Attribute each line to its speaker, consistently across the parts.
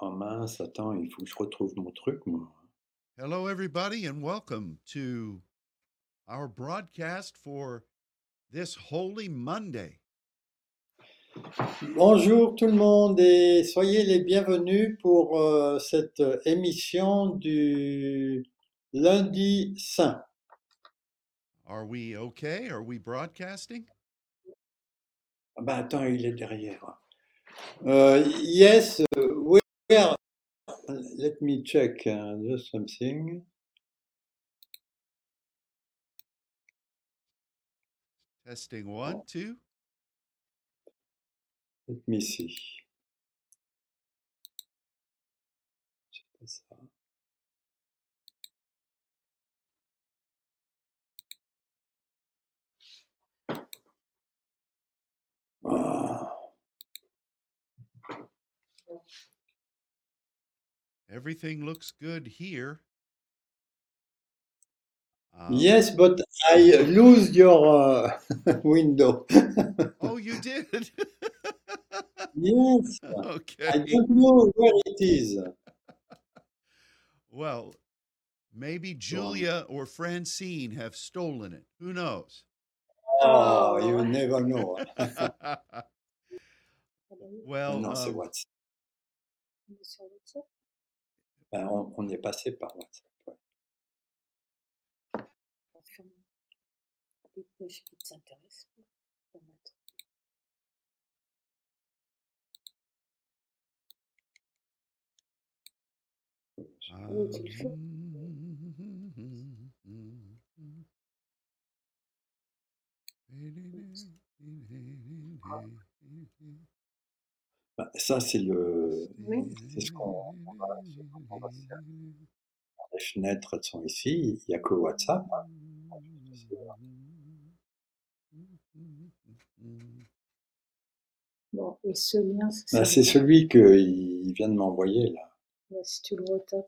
Speaker 1: Oh mince, attends, il faut que je retrouve mon truc, moi.
Speaker 2: Hello, everybody, and welcome to our broadcast for this Holy Monday.
Speaker 1: Bonjour tout le monde et soyez les bienvenus pour euh, cette euh, émission du lundi saint.
Speaker 2: Are we okay? Are we broadcasting?
Speaker 1: Ah ben attends, il est derrière. Euh, yes, euh, we are. Let me check uh, just something.
Speaker 2: Testing one, two.
Speaker 1: Let me see. C'est pas ça. Ah,
Speaker 2: Everything looks good here. Um,
Speaker 1: Yes, but I lose your uh, window.
Speaker 2: Oh, you did?
Speaker 1: Yes, I
Speaker 2: okay.
Speaker 1: don't know where it is.
Speaker 2: Well, maybe Julia or Francine have stolen it. Who knows?
Speaker 1: Oh, you never know.
Speaker 2: well,
Speaker 1: Non, ah. c'est
Speaker 2: um,
Speaker 1: WhatsApp. Ben, on, on est passé par WhatsApp. ouais.
Speaker 2: Um,
Speaker 1: Ben, ça, c'est le, c'est ce qu'on on va faire. Les fenêtres elles sont ici. Il n'y a que WhatsApp. hein.
Speaker 3: Bon, et ce lien, ça,
Speaker 1: Ben,
Speaker 3: ça-
Speaker 1: c'est celui qu'il vient de m'envoyer là.
Speaker 3: là, si tu le retapes.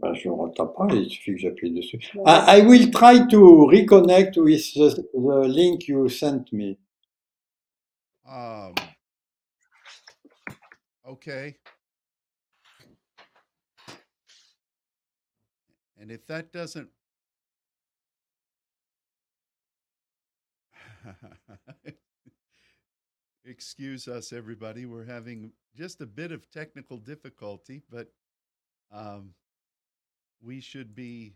Speaker 1: Ben, je ne retape pas. Il suffit que j'appuie dessus. Ah,
Speaker 3: là,
Speaker 1: I, I will try to reconnect with the, the link you sent me.
Speaker 2: Um, okay. And if that doesn't excuse us, everybody, we're having just a bit of technical difficulty, but um, we should be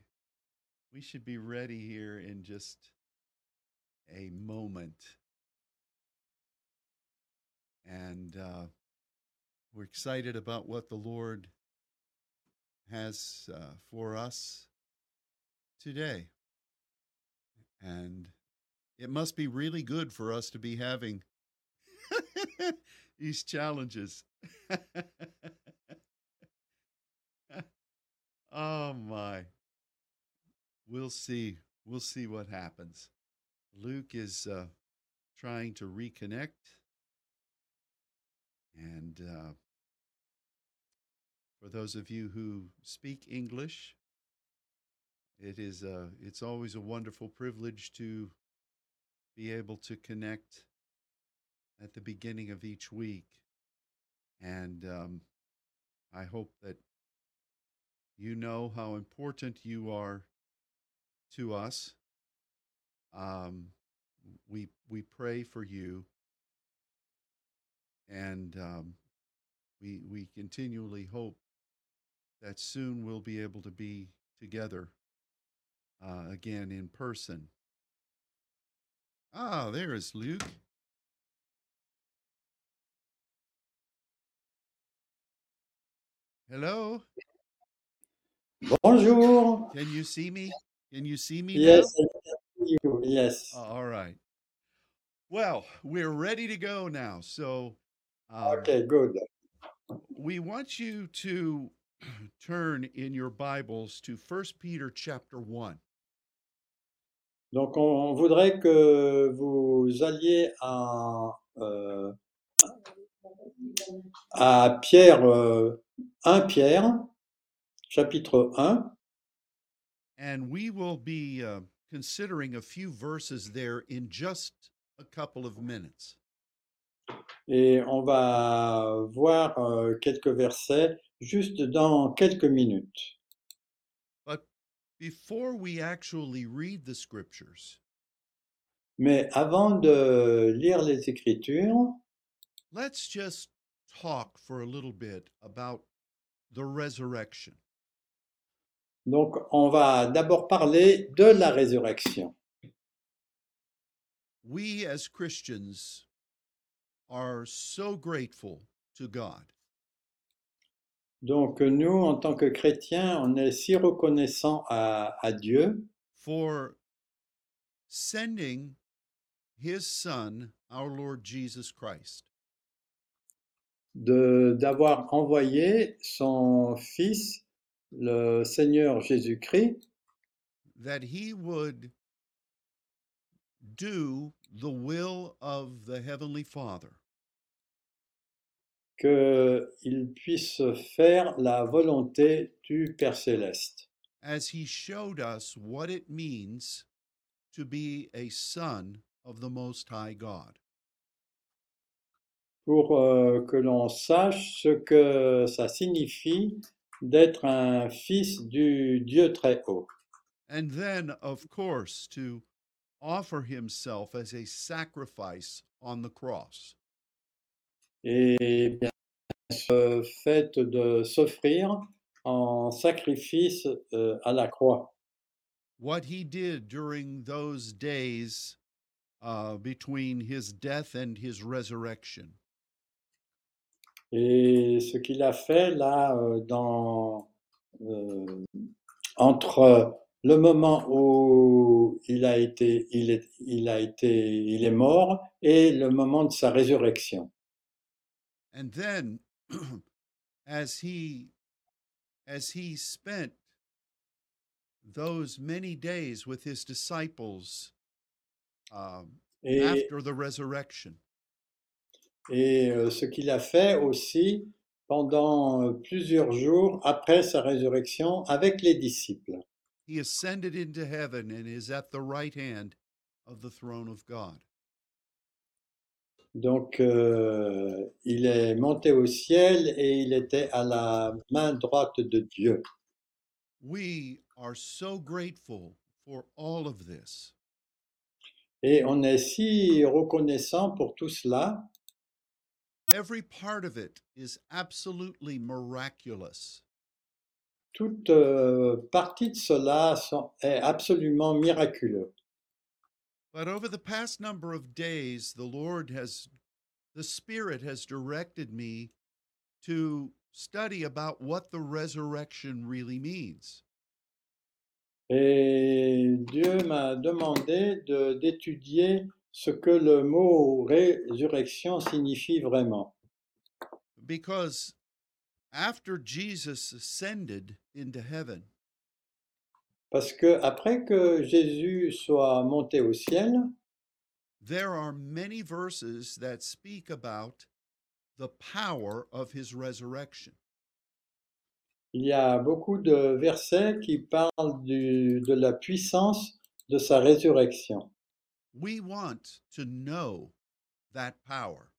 Speaker 2: we should be ready here in just a moment. and uh, we're excited about what the Lord has uh, for us today. And it must be really good for us to be having these challenges. oh my. We'll see. We'll see what happens. Luke is uh, trying to reconnect. And uh, for those of you who speak English, it is a, it's always a wonderful privilege to be able to connect at the beginning of each week. And um, I hope that you know how important you are to us. Um, we we pray for you, and um, we we continually hope that soon we'll be able to be together uh, again in person. Ah, there is Luke. Hello,
Speaker 1: Bonjour.
Speaker 2: can you see me? Can you see me now?
Speaker 1: Yes, I can see you. Yes.
Speaker 2: All right. Well, we're ready to go now. So um,
Speaker 1: Okay, good.
Speaker 2: we want you to turn in your Bibles to First Peter chapter 1.
Speaker 1: Donc, on, on voudrait que vous alliez à, euh, à Pierre, euh, 1 Pierre, chapitre 1.
Speaker 2: And we will be uh, considering a few verses there in just a couple of minutes.
Speaker 1: et on va voir euh, quelques versets juste dans quelques minutes.
Speaker 2: Before we actually read the scriptures,
Speaker 1: Mais avant de lire les Écritures,
Speaker 2: let's just talk for a little bit about the resurrection.
Speaker 1: donc on va d'abord parler de la résurrection.
Speaker 2: We as Christians are so grateful to God
Speaker 1: Donc nous, en tant que chrétiens, on est si reconnaissants à, à Dieu
Speaker 2: for sending his son, our Lord Jesus Christ,
Speaker 1: de- d'avoir envoyé son Fils, le Seigneur Jésus-Christ,
Speaker 2: that he would do the will of the Heavenly Father.
Speaker 1: qu'il puisse faire la volonté du Père céleste,
Speaker 2: as he showed us what it means to be a son of the Most High God.
Speaker 1: pour euh, que l'on sache ce que ça signifie d'être un fils du Dieu très haut.
Speaker 2: And then, of course, to offer himself as a sacrifice on the cross.
Speaker 1: Et bien ce fait de s'offrir en sacrifice euh, à la croix.
Speaker 2: What he did during those days uh, between his death and his resurrection
Speaker 1: Et ce qu'il a fait là, euh, dans, euh, entre le moment où il a été, il est, il a été, il est mort et le moment de sa résurrection.
Speaker 2: and then as he as he spent those many days with his disciples um,
Speaker 1: Et,
Speaker 2: after the resurrection
Speaker 1: et, euh, ce qu'il a fait aussi pendant euh, plusieurs jours après sa résurrection avec les disciples.
Speaker 2: he ascended into heaven and is at the right hand of the throne of god
Speaker 1: Donc, euh, il est monté au ciel et il était à la main droite de Dieu.
Speaker 2: we are so grateful for all of this
Speaker 1: Et on est si reconnaissant pour tout cela.
Speaker 2: every part of it is absolutely miraculous
Speaker 1: Toute euh, partie de cela sont- est absolument miraculeux.
Speaker 2: But over the past number of days, the Lord has, the Spirit has directed me to study about what the resurrection really means.
Speaker 1: Et Dieu m'a demandé de- d'étudier ce que le mot résurrection signifie vraiment.
Speaker 2: Because after Jesus ascended into heaven,
Speaker 1: Parce que après que Jésus soit monté au ciel,
Speaker 2: there are many verses that speak about the power of his resurrection.
Speaker 1: il y a beaucoup de versets qui parlent du- de la puissance de sa résurrection.
Speaker 2: We want to know that power.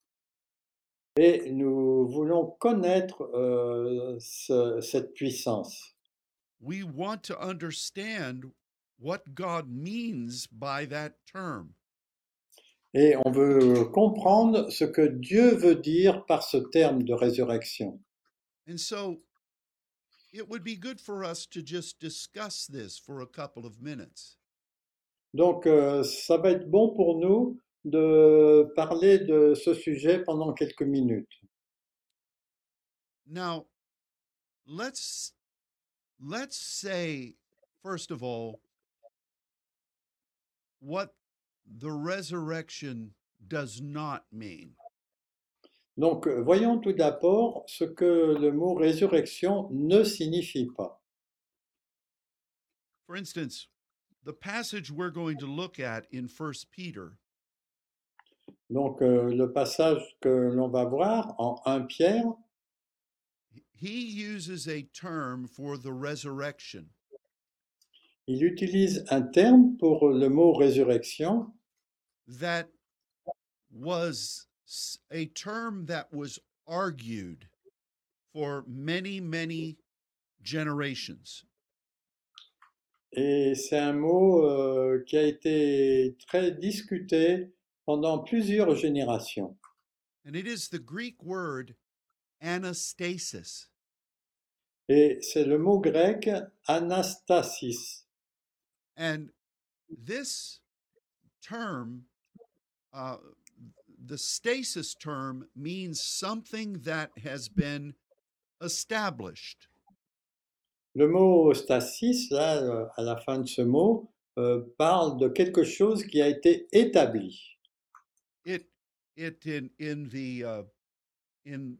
Speaker 1: Et nous voulons connaître euh, ce- cette puissance.
Speaker 2: we want to understand what God means by that term.
Speaker 1: Et on veut comprendre ce que Dieu veut dire par ce terme de résurrection.
Speaker 2: And so it would be good for us to just discuss this for a couple of minutes.
Speaker 1: Donc, euh, ça va être bon pour nous de parler de ce sujet pendant quelques minutes.
Speaker 2: Now, let's let's say first of all what the resurrection does not mean.
Speaker 1: Donc, euh, voyons tout d'abord ce que le mot résurrection ne signifie pas.
Speaker 2: For instance, the passage we're going to look at in 1 Peter
Speaker 1: Donc, euh, le passage que l'on va voir en 1 Pierre,
Speaker 2: he uses a term for the resurrection
Speaker 1: il utilise un terme pour le mot résurrection
Speaker 2: that was s- a term that was argued for many, many generations.
Speaker 1: Et c'est un mot euh, qui a été très discuté pendant plusieurs générations.
Speaker 2: And it is the Greek word anastasis.
Speaker 1: Et c'est le mot grec anastasis.
Speaker 2: And this term, uh, the stasis term, means something that has been established.
Speaker 1: Le mot stasis, là, euh, à la fin de ce mot, euh, parle de quelque chose qui a été établi.
Speaker 2: It, it in in the uh, in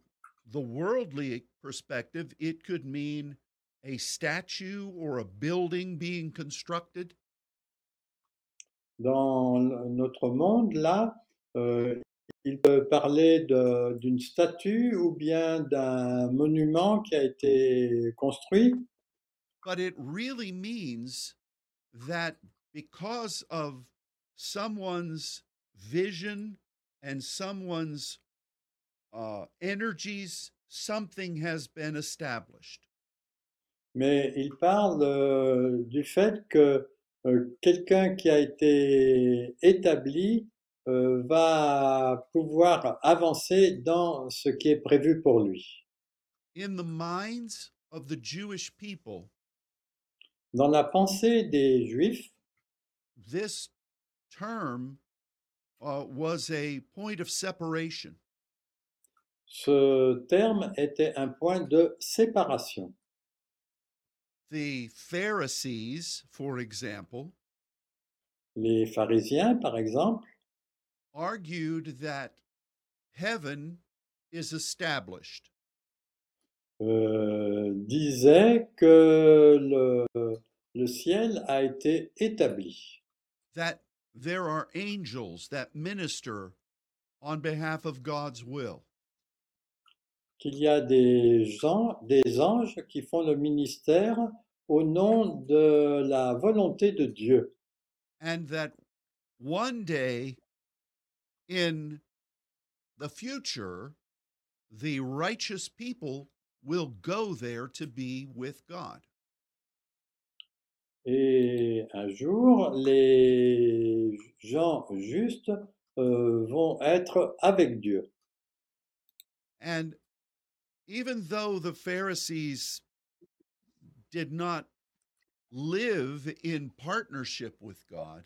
Speaker 2: the worldly perspective, it could mean a statue or a building being constructed.
Speaker 1: Dans le- notre monde, là, euh, il peut parler de- d'une statue ou bien d'un monument qui a été construit.
Speaker 2: but it really means that because of someone's vision and someone's uh, energies, something has been established.
Speaker 1: Mais il parle euh, du fait que euh, quelqu'un qui a été établi euh, va pouvoir avancer dans ce qui est prévu pour lui.
Speaker 2: In the minds of the Jewish people,
Speaker 1: Dans la pensée des Juifs,
Speaker 2: this term uh, was a point of separation.
Speaker 1: ce terme était un point de séparation.
Speaker 2: The Pharisees, for example,
Speaker 1: Les pharisiens, par exemple,
Speaker 2: argued that heaven is established.
Speaker 1: euh, disaient que le, le ciel a été établi,
Speaker 2: that there are angels that minister on behalf of God's will.
Speaker 1: qu'il y a des gens, des anges qui font le ministère au nom de la volonté de Dieu,
Speaker 2: And that one day in the future, the righteous people will go there to be with God.
Speaker 1: et un jour les gens justes euh, vont être avec Dieu.
Speaker 2: And even though the Pharisees did not live in partnership with God,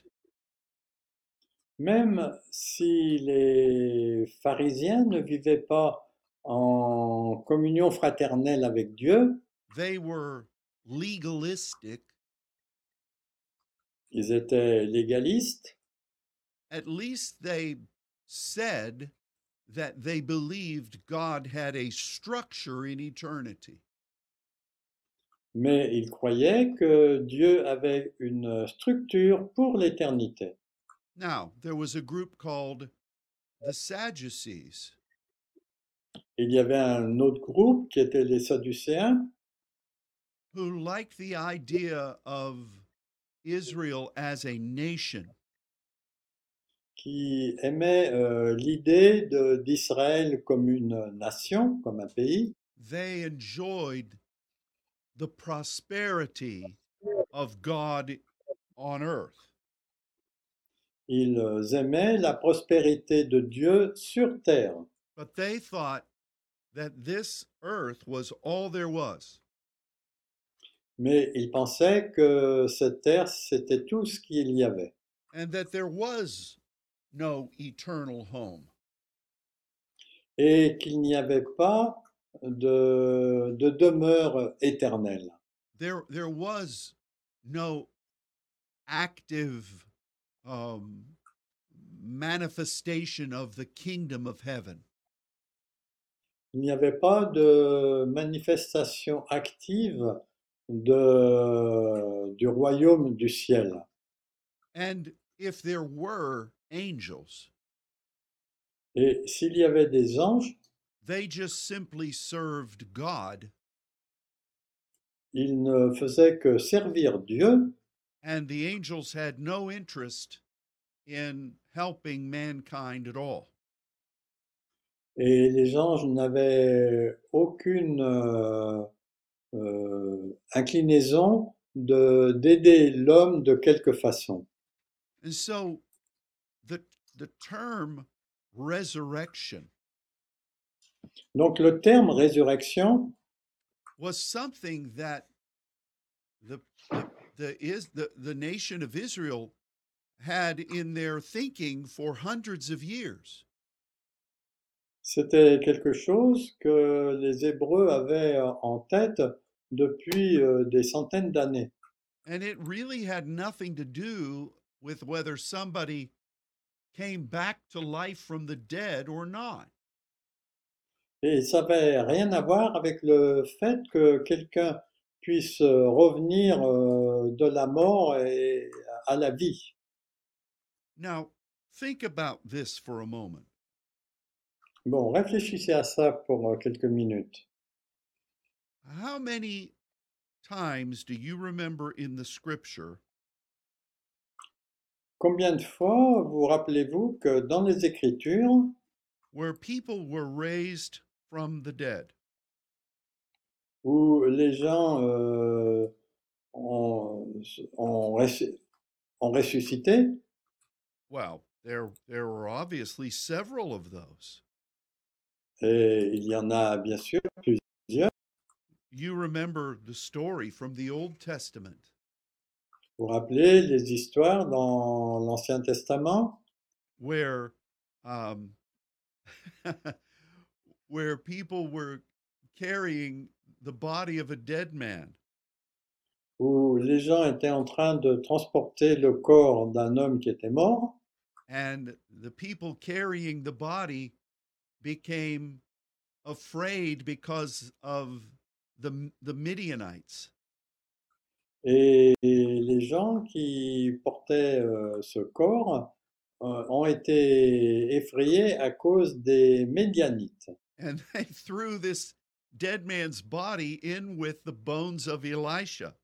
Speaker 1: Même si les pharisiens ne vivaient pas en communion fraternelle avec Dieu,
Speaker 2: they were legalistic
Speaker 1: ils étaient légalistes,
Speaker 2: at least they said that they believed God had a structure in eternity.
Speaker 1: mais ils croyaient que Dieu avait une structure pour l'éternité.
Speaker 2: Now, there was a group called the Sadducees,
Speaker 1: Il y avait un autre groupe qui était les Sadducéens,
Speaker 2: who liked the idea of Israel as a nation,
Speaker 1: qui aimaient euh, l'idée de- d'Israël comme une nation, comme un pays.
Speaker 2: they enjoyed the prosperity of God on earth.
Speaker 1: Ils euh, aimaient la prospérité de Dieu sur terre.
Speaker 2: But they thought that this earth was all there was.
Speaker 1: Mais il pensait que cette terre, c'était tout ce qu'il y avait
Speaker 2: and that there was no eternal home.
Speaker 1: et qu'il n'y avait pas de, de demeure éternelle.
Speaker 2: There, there was no active um, manifestation of the kingdom of heaven.
Speaker 1: Il n'y avait pas de manifestation active de- du royaume du ciel.
Speaker 2: And if there were angels,
Speaker 1: Et s'il y avait des anges,
Speaker 2: they just simply served God
Speaker 1: ils ne faisaient que servir Dieu
Speaker 2: and the angels had no interest in helping mankind at all.
Speaker 1: Et les anges n'avaient aucune euh, euh, inclinaison de- d'aider l'homme de quelque façon.
Speaker 2: And so the the term resurrection
Speaker 1: Donc le terme résurrection,
Speaker 2: was something that the the, the is the, the nation of Israel had in their thinking for hundreds of years.
Speaker 1: c'était quelque chose que les Hébreux avaient euh, en tête depuis euh, des centaines d'années.
Speaker 2: And it really had nothing to do with whether somebody came back to life from the dead or not.
Speaker 1: Et ça n'avait rien à voir avec le fait que quelqu'un puisse euh, revenir euh, de la mort et à la vie.
Speaker 2: Now, think about this for a moment.
Speaker 1: Bon, réfléchissez à ça pour euh, quelques minutes.
Speaker 2: How many times do you remember in the scripture
Speaker 1: Combien de fois vous rappelez-vous que dans les Écritures,
Speaker 2: where people were raised from the dead?
Speaker 1: où les gens euh, ont, ont ressu- ont ressuscité,
Speaker 2: Well, there there were obviously several of those.
Speaker 1: et il y en a bien sûr plusieurs,
Speaker 2: You remember the story from the Old Testament
Speaker 1: vous rappelez les histoires dans l'Ancien Testament
Speaker 2: where um where people were carrying the body of a dead man
Speaker 1: où les gens étaient en train de transporter le corps d'un homme qui était mort,
Speaker 2: and the people carrying the body became afraid because of the the Midianites
Speaker 1: et les gens qui portaient euh, ce corps euh, ont été effrayés à cause des Médianites.
Speaker 2: and they threw this dead man's body in with the bones of Elisha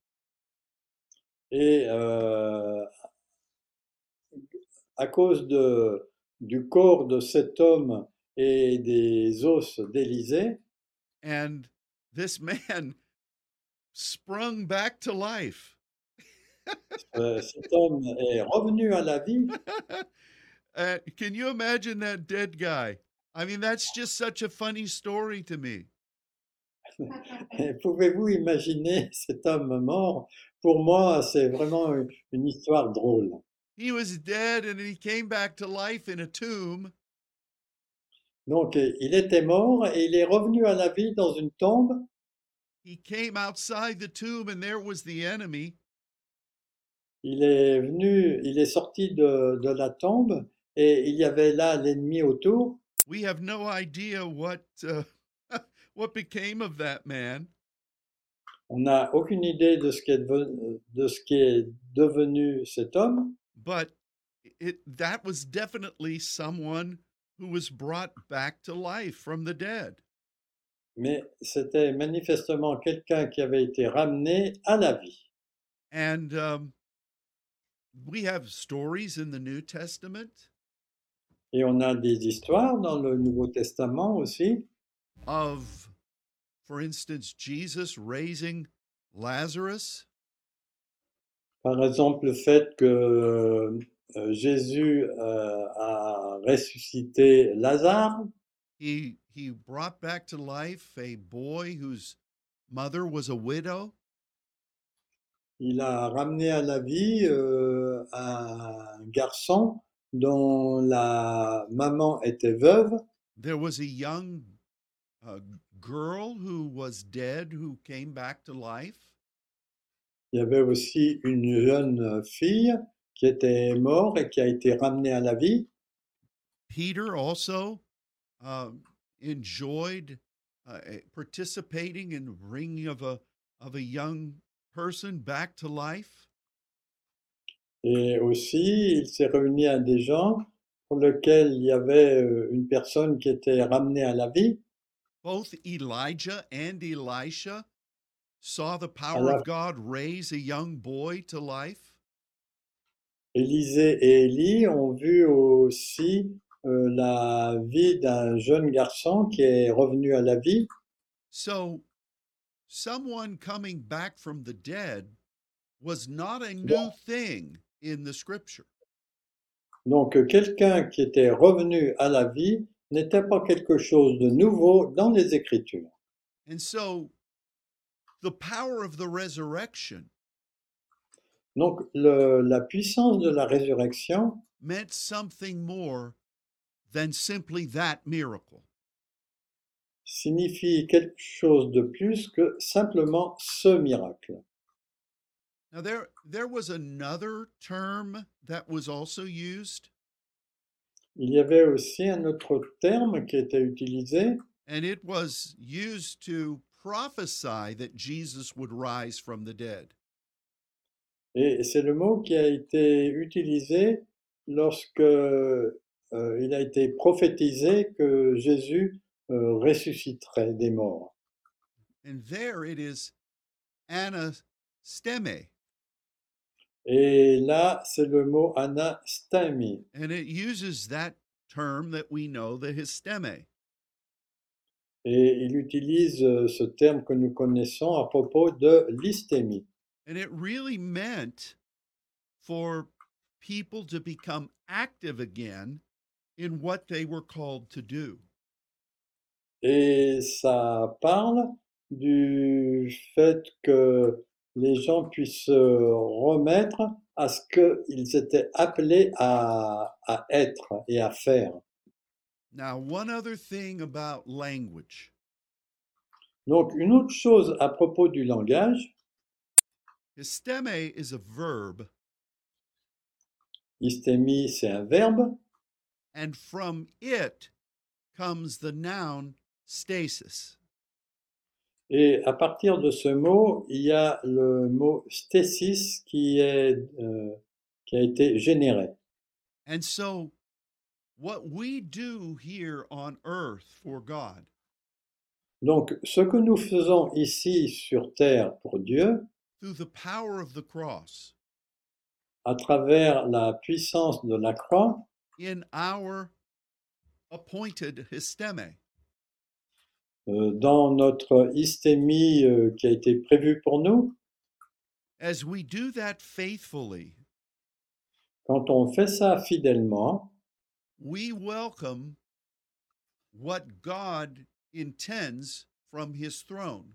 Speaker 1: Et euh, à cause de, du corps de cet homme et des os d'Élysée,
Speaker 2: and this man sprung back to life
Speaker 1: euh, cet homme est revenu à la vie.
Speaker 2: uh, can you imagine that dead guy? I mean, that's just such a funny story to me.
Speaker 1: Et Pouvez-vous imaginer cet homme mort Pour moi, c'est vraiment une- une histoire drôle.
Speaker 2: He was dead and he came back to life in a tomb,
Speaker 1: Donc, euh, il était mort et il est revenu à la vie dans une tombe.
Speaker 2: he came outside the tomb and there was the enemy.
Speaker 1: Il est venu, il est sorti de, de la tombe et il y avait là l'ennemi autour.
Speaker 2: We have no idea what uh, what became of that man,
Speaker 1: On n'a aucune idée de ce, qui est devenu, de ce qui est devenu cet homme,
Speaker 2: but it that was definitely someone who was brought back to life from the dead.
Speaker 1: mais c'était manifestement quelqu'un qui avait été ramené à la vie.
Speaker 2: And um, we have stories in the New Testament
Speaker 1: Et on a des histoires dans le Nouveau Testament aussi,
Speaker 2: of, for instance, Jesus raising Lazarus,
Speaker 1: par exemple le fait que euh, Jésus euh, a ressuscité Lazare,
Speaker 2: he he brought back to life a boy whose mother was a widow,
Speaker 1: il a ramené à la vie euh, un garçon dont la maman était veuve.
Speaker 2: there was a young uh, girl who was dead who came back to life,
Speaker 1: Il y avait aussi une jeune fille qui était morte et qui a été ramenée à la vie.
Speaker 2: Peter also um, enjoyed uh, eh, participating in the bringing of a of a young person back to life.
Speaker 1: Et aussi, il s'est réuni à des gens pour lesquels il y avait euh, une personne qui était ramenée à la vie.
Speaker 2: Both Elijah and Elisha saw the power
Speaker 1: love-
Speaker 2: of God raise a young boy to life.
Speaker 1: Élisée et Élie ont vu aussi euh, la vie d'un jeune garçon qui est revenu à la vie.
Speaker 2: So, someone coming back from the dead was not a new
Speaker 1: Yeah.
Speaker 2: thing in the scripture.
Speaker 1: Donc euh, quelqu'un qui était revenu à la vie n'était pas quelque chose de nouveau dans les Écritures.
Speaker 2: And so, the power of the resurrection
Speaker 1: Donc le- la puissance de la résurrection
Speaker 2: meant something more than simply that miracle.
Speaker 1: signifie quelque chose de plus que simplement ce miracle.
Speaker 2: Now, there, there was another term that was also used,
Speaker 1: Il y avait aussi un autre terme qui était utilisé
Speaker 2: and it was used to prophesy that Jesus would rise from the dead.
Speaker 1: Et c'est le mot qui a été utilisé lorsque euh, il a été prophétisé que Jésus euh, ressusciterait des morts.
Speaker 2: And there it is anasteme,
Speaker 1: Et là, c'est le mot anastami.
Speaker 2: and it uses that term that we know, the histeme.
Speaker 1: Et il utilise euh, ce terme que nous connaissons à propos de l'hystémie.
Speaker 2: And it really meant for people to become active again in what they were called to do.
Speaker 1: Et ça parle du fait que les gens puissent se remettre à ce qu'ils étaient appelés à, à être et à faire.
Speaker 2: Now, one other thing about language
Speaker 1: Donc, une autre chose à propos du langage,
Speaker 2: histeme is a verb,
Speaker 1: hystémie, c'est un verbe,
Speaker 2: and from it comes the noun stasis.
Speaker 1: et à partir de ce mot, il y a le mot stésis qui est, euh, qui a été généré.
Speaker 2: And so, what we do here on earth for God
Speaker 1: Donc, ce que nous faisons ici sur terre pour Dieu,
Speaker 2: through the power of the cross
Speaker 1: à travers la puissance de la croix,
Speaker 2: in our appointed histeme
Speaker 1: euh, dans notre hystémie euh, qui a été prévue pour nous,
Speaker 2: as we do that faithfully,
Speaker 1: quand on fait ça fidèlement,
Speaker 2: we welcome what God intends from his throne.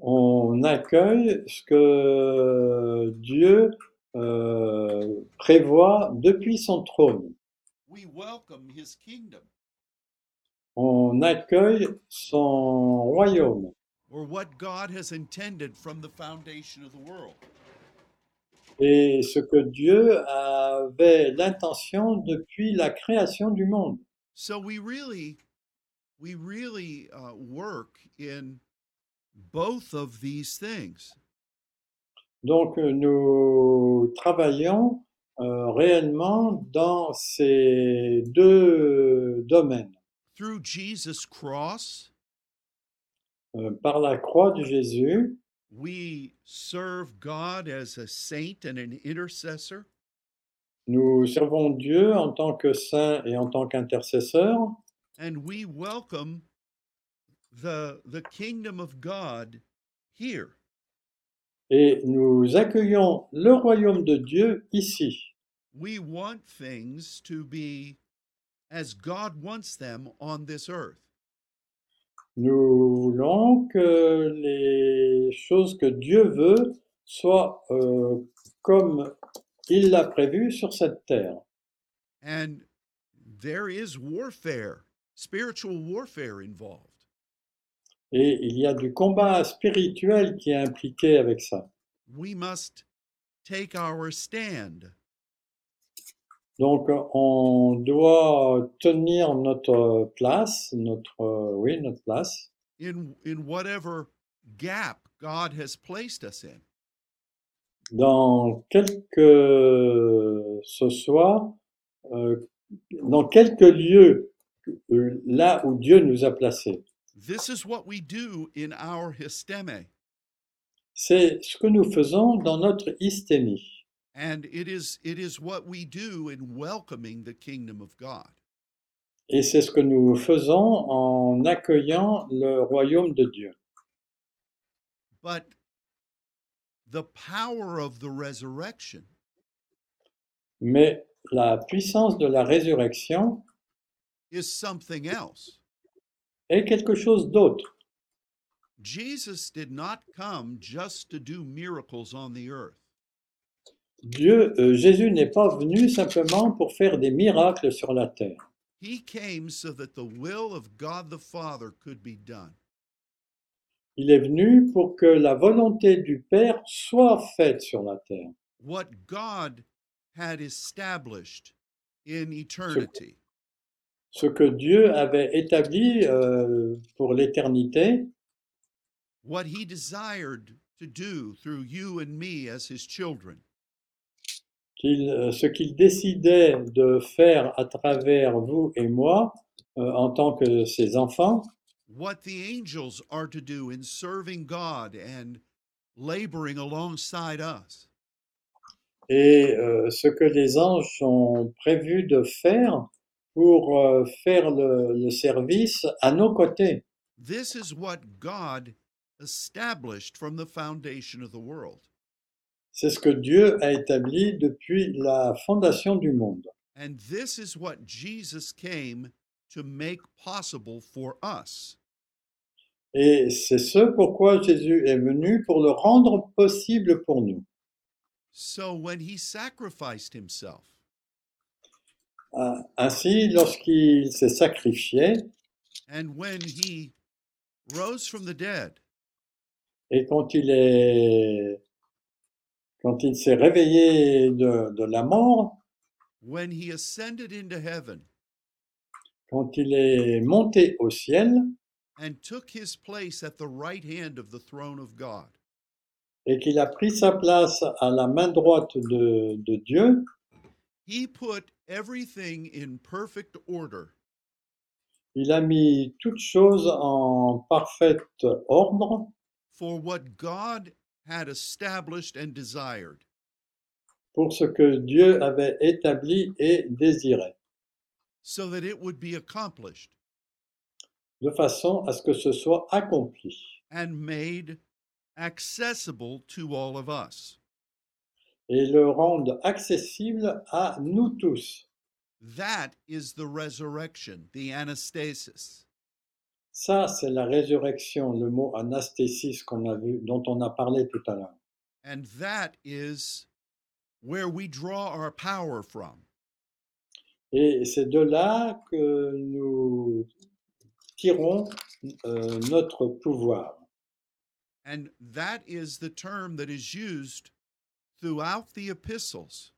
Speaker 1: on accueille ce que Dieu euh, prévoit depuis son trône.
Speaker 2: We welcome his kingdom
Speaker 1: On accueille son royaume
Speaker 2: or what God has intended from the foundation of the world.
Speaker 1: et ce que Dieu avait l'intention depuis la création du monde.
Speaker 2: So we really we really uh, work in both of these things.
Speaker 1: Donc euh, nous travaillons euh, réellement dans ces deux domaines,
Speaker 2: Through Jesus' cross,
Speaker 1: Euh, par la croix de Jésus.
Speaker 2: we serve God as a saint and an intercessor.
Speaker 1: Nous servons Dieu en tant que saint et en tant qu'intercesseur
Speaker 2: and we welcome the the kingdom of God here.
Speaker 1: et nous accueillons le royaume de Dieu ici.
Speaker 2: We want things to be as God wants them on this earth.
Speaker 1: Nous voulons que les choses que Dieu veut soient euh, comme il l'a prévu sur cette terre.
Speaker 2: And there is warfare, spiritual warfare involved.
Speaker 1: Et il y a du combat spirituel qui est impliqué avec ça.
Speaker 2: We must take our stand
Speaker 1: Donc euh, on doit tenir notre place, notre euh, oui, notre place
Speaker 2: in in whatever gap God has placed us in.
Speaker 1: dans quel que ce soit euh, dans quelque lieu euh, là où Dieu nous a placés.
Speaker 2: This is what we do in our histeme.
Speaker 1: C'est ce que nous faisons dans notre hystémie.
Speaker 2: And it is it is what we do in welcoming the kingdom of God.
Speaker 1: Et c'est ce que nous faisons en accueillant le royaume de Dieu.
Speaker 2: But the power of the resurrection
Speaker 1: Mais la puissance de la résurrection
Speaker 2: is something else.
Speaker 1: est quelque chose d'autre.
Speaker 2: Jesus did not come just to do miracles on the earth.
Speaker 1: Dieu, euh, Jésus n'est pas venu simplement pour faire des miracles sur la terre.
Speaker 2: He came so that the will of God the Father could be done.
Speaker 1: Il est venu pour que la volonté du Père soit faite sur la terre.
Speaker 2: What God had established in eternity.
Speaker 1: Ce que Dieu avait établi euh, pour l'éternité,
Speaker 2: what he desired to do through you and me as his children.
Speaker 1: qu'il- euh, ce qu'il décidait de faire à travers vous et moi euh, en tant que ses enfants,
Speaker 2: What the angels are to do in serving God and laboring alongside us.
Speaker 1: et euh, ce que les anges sont prévus de faire pour euh, faire le, le service à nos côtés.
Speaker 2: This is what God established from the foundation of the world.
Speaker 1: C'est ce que Dieu a établi depuis la fondation du monde.
Speaker 2: And this is what Jesus came to make possible for us.
Speaker 1: Et c'est ce pourquoi Jésus est venu pour le rendre possible pour nous.
Speaker 2: So when he sacrificed himself,
Speaker 1: Ah, Ainsi, lorsqu'il s'est sacrifié
Speaker 2: and when he rose from the dead,
Speaker 1: et quand il est quand il s'est réveillé de, de la mort,
Speaker 2: when he ascended into heaven,
Speaker 1: quand il est monté au ciel
Speaker 2: and took his place at the right hand of the throne of God.
Speaker 1: et qu'il a pris sa place à la main droite de, de Dieu,
Speaker 2: He put everything in perfect order
Speaker 1: il a mis toutes choses en parfait ordre
Speaker 2: for what God had established and desired.
Speaker 1: pour ce que Dieu avait établi et désiré,
Speaker 2: So that it would be accomplished
Speaker 1: de façon à ce que ce soit accompli.
Speaker 2: and made accessible to all of us.
Speaker 1: et le rendent accessible à nous tous.
Speaker 2: That is the resurrection, the anastasis.
Speaker 1: Ça, c'est la résurrection, le mot anesthésis qu'on a vu, dont on a parlé tout à l'heure.
Speaker 2: And that is where we draw our power from.
Speaker 1: Et c'est de là que nous tirons euh, notre pouvoir.
Speaker 2: And that is the term that is used throughout the epistles.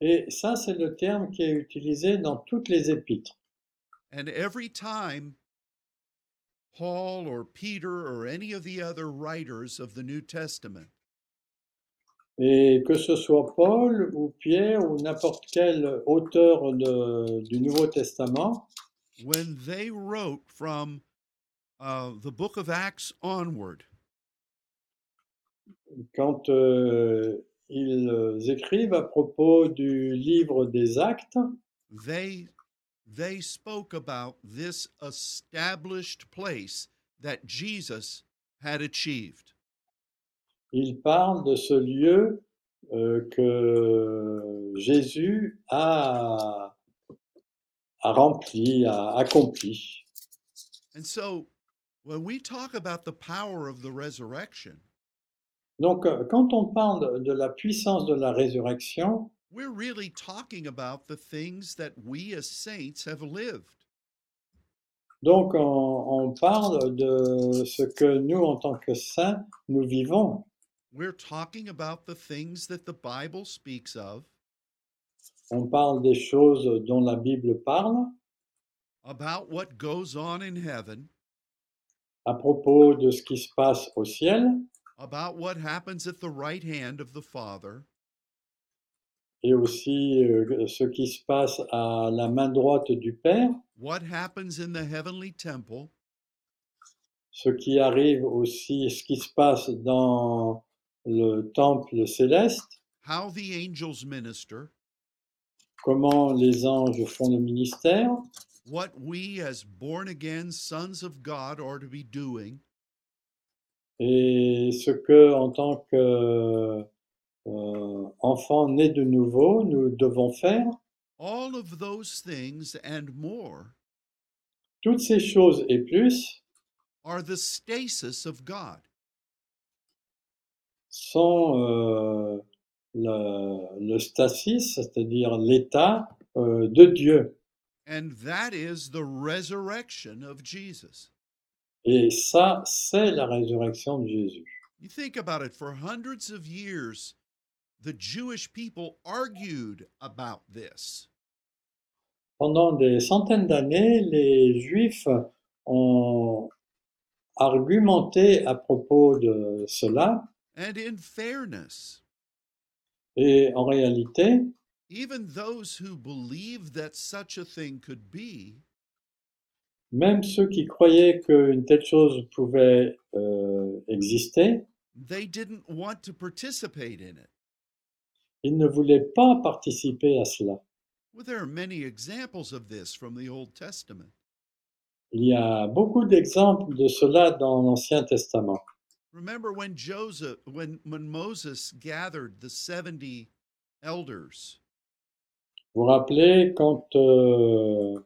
Speaker 1: Et ça, c'est le terme qui est utilisé dans toutes les épîtres.
Speaker 2: And every time Paul or Peter or any of the other writers of the New Testament
Speaker 1: Et que ce soit Paul ou Pierre ou n'importe quel auteur de- du Nouveau Testament,
Speaker 2: when they wrote from uh, the book of Acts onward,
Speaker 1: quand euh, ils écrivent à propos du livre des actes,
Speaker 2: they they spoke about this established place that Jesus had achieved.
Speaker 1: ils parlent de ce lieu euh, que Jésus a, a rempli, a accompli.
Speaker 2: And so when we talk about the power of the resurrection,
Speaker 1: Donc euh, quand on parle de la puissance de la résurrection,
Speaker 2: we're really talking about the things that we as saints have lived.
Speaker 1: donc on, on parle de ce que nous, en tant que saints, nous vivons.
Speaker 2: We're talking about the things that the Bible speaks of
Speaker 1: On parle des choses dont la Bible parle,
Speaker 2: about what goes on in heaven,
Speaker 1: à propos de ce qui se passe au ciel,
Speaker 2: about what happens at the right hand of the Father,
Speaker 1: et aussi euh, ce qui se passe à la main droite du Père,
Speaker 2: what happens in the heavenly temple,
Speaker 1: ce qui arrive aussi, ce qui se passe dans le temple céleste,
Speaker 2: how the angels minister,
Speaker 1: comment les anges font le ministère,
Speaker 2: what we as born again sons of God are to be doing,
Speaker 1: et ce que, en tant que euh, enfant né de nouveau, nous devons faire.
Speaker 2: all of those things and more
Speaker 1: Toutes ces choses et plus
Speaker 2: are the stasis of God.
Speaker 1: sont euh, le, le stasis, c'est-à-dire l'état euh, de Dieu.
Speaker 2: And that is the resurrection of Jesus.
Speaker 1: Et ça, c'est la résurrection de Jésus.
Speaker 2: You think about it, for hundreds of years, the Jewish people argued about this.
Speaker 1: Pendant des centaines d'années, les Juifs ont argumenté à propos de cela,
Speaker 2: And in fairness,
Speaker 1: et en réalité,
Speaker 2: even those who believed that such a thing could be
Speaker 1: même ceux qui croyaient qu'une telle chose pouvait euh, exister,
Speaker 2: they didn't want to participate in it.
Speaker 1: ils ne voulaient pas participer à cela.
Speaker 2: Well, there are many examples of this from the Old Testament.
Speaker 1: Il y a beaucoup d'exemples de cela dans l'Ancien Testament.
Speaker 2: Remember when Joseph, when, when Moses gathered the 70 elders
Speaker 1: Vous vous rappelez quand euh,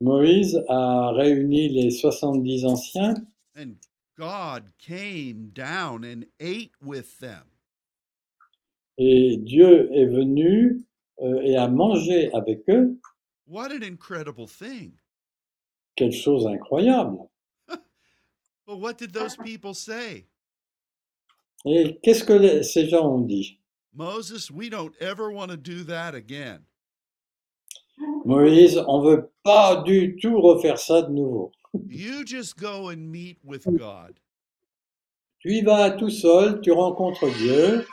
Speaker 1: Moïse a réuni les 70 anciens
Speaker 2: and God came down and ate with them.
Speaker 1: et Dieu est venu euh, et a mangé avec eux,
Speaker 2: What an incredible thing.
Speaker 1: quelque chose d'incroyable.
Speaker 2: But what did those people say?
Speaker 1: Et qu'est-ce que les- ces gens ont dit
Speaker 2: Moses, we don't ever want to do that again.
Speaker 1: Moïse, on veut pas du tout refaire ça de nouveau.
Speaker 2: You just go and meet with God
Speaker 1: Tu y vas tout seul, tu rencontres Dieu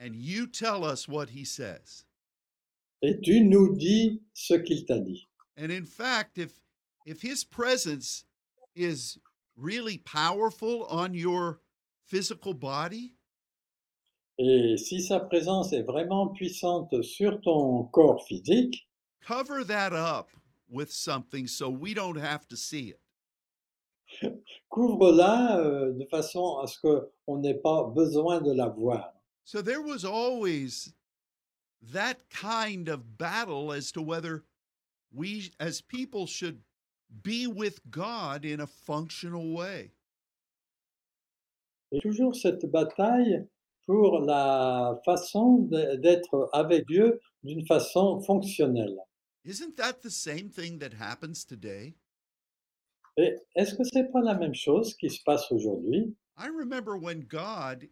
Speaker 2: and you tell us what he says.
Speaker 1: et tu nous dis ce qu'il t'a dit.
Speaker 2: And in fact, if if his presence is really powerful on your physical body,
Speaker 1: Et si sa présence est vraiment puissante sur ton corps physique,
Speaker 2: cover that up with something so we don't have to see it.
Speaker 1: couvre-la euh, de façon à ce qu'on n'ait pas besoin de la voir.
Speaker 2: So there was always that kind of battle as to whether we as people should be with God in a functional way.
Speaker 1: Et toujours cette bataille pour la façon de- d'être avec Dieu d'une façon fonctionnelle.
Speaker 2: Isn't that the same thing that happens today?
Speaker 1: Et est-ce que c'est pas la même chose qui se passe aujourd'hui
Speaker 2: I remember when God,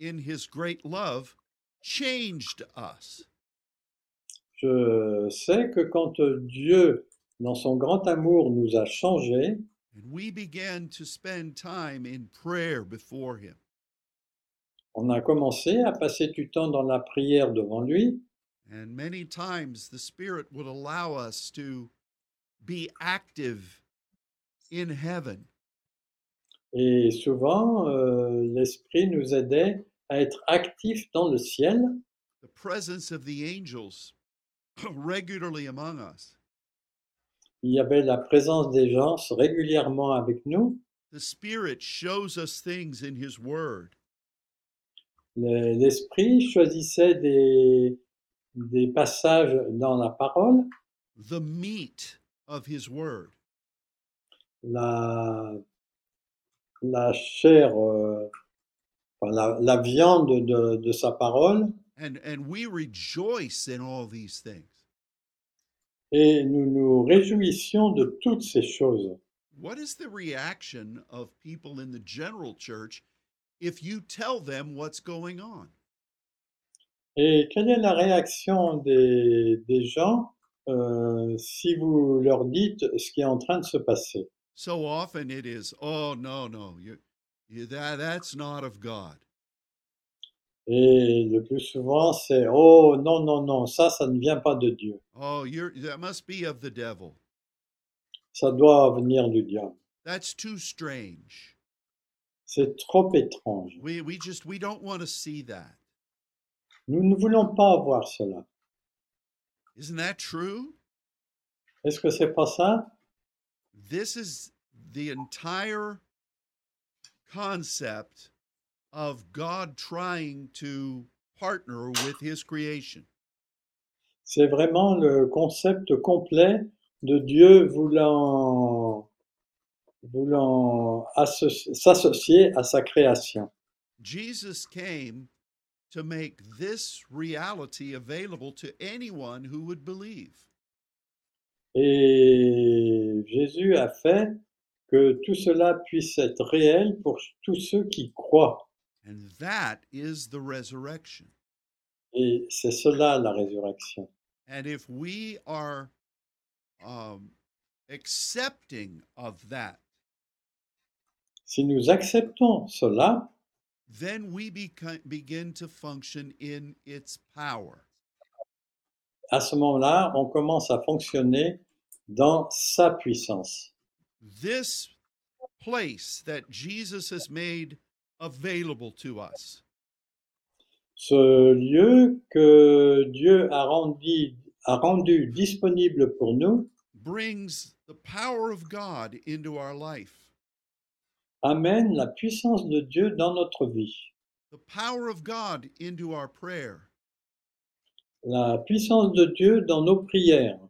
Speaker 2: in his great love, changed us.
Speaker 1: Je sais que quand Dieu, dans son grand amour, nous a changés,
Speaker 2: And we began to spend time in prayer before him.
Speaker 1: on a commencé à passer du temps dans la prière devant lui,
Speaker 2: And many times the Spirit would allow us to be active in heaven.
Speaker 1: Et souvent, euh, l'Esprit nous aidait à être actifs dans le ciel.
Speaker 2: The presence of the angels regularly among us.
Speaker 1: Il y avait la présence des gens régulièrement avec nous.
Speaker 2: The Spirit shows us things in His Word.
Speaker 1: Le- L'Esprit choisissait des, des passages dans la parole,
Speaker 2: the meat of his word.
Speaker 1: la, la chair, euh, enfin, la, la viande de, de sa parole,
Speaker 2: And and we rejoice in all these things.
Speaker 1: et nous nous réjouissions de toutes ces choses.
Speaker 2: What is the reaction of people in the general church if you tell them what's going on?
Speaker 1: Et quelle est la réaction des, des gens euh, si vous leur dites ce qui est en train de se passer?
Speaker 2: So often it is, oh no, no, you, you that that's not of God.
Speaker 1: Et le plus souvent, c'est Oh non, non, non, ça, ça ne vient pas de Dieu.
Speaker 2: Oh, you're that must be of the devil.
Speaker 1: Ça doit venir du diable.
Speaker 2: That's too strange.
Speaker 1: C'est trop étrange.
Speaker 2: We we just we don't want to see that.
Speaker 1: Nous ne voulons pas avoir cela.
Speaker 2: Isn't that true?
Speaker 1: Est-ce que c'est pas ça
Speaker 2: This is the entire concept of God trying to partner with his creation.
Speaker 1: C'est vraiment le concept complet de Dieu voulant, voulant associ- s'associer à sa création.
Speaker 2: Jesus came to make this reality available to anyone who would believe.
Speaker 1: Et Jésus a fait que tout cela puisse être réel pour tous ceux qui croient.
Speaker 2: And that is the resurrection.
Speaker 1: Et c'est cela la résurrection.
Speaker 2: And if we are um, accepting of that,
Speaker 1: Si nous acceptons cela,
Speaker 2: then we beca- begin to function in its power.
Speaker 1: à ce moment-là, on commence à fonctionner dans sa puissance.
Speaker 2: This place that Jesus has made available to us
Speaker 1: Ce lieu que Dieu a rendu, a rendu disponible pour nous
Speaker 2: brings the power of God into our life.
Speaker 1: amène la puissance de Dieu dans notre vie,
Speaker 2: the power of God into our prayer,
Speaker 1: la puissance de Dieu dans nos prières,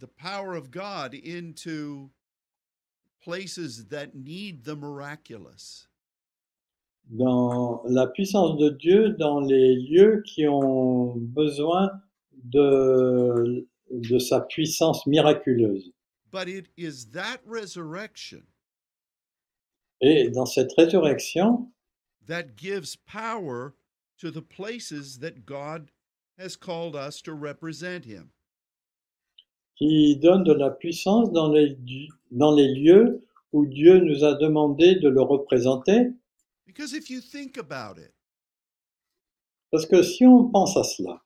Speaker 2: the power of God into places that need the miraculous.
Speaker 1: dans la puissance de Dieu dans les lieux qui ont besoin de, de sa puissance miraculeuse.
Speaker 2: But it is that resurrection
Speaker 1: Et dans cette résurrection,
Speaker 2: that gives power to the places that God has called us to represent Him.
Speaker 1: qui donne de la puissance dans les, du- dans les lieux où Dieu nous a demandé de le représenter.
Speaker 2: Because if you think about it,
Speaker 1: Parce que si on pense à cela,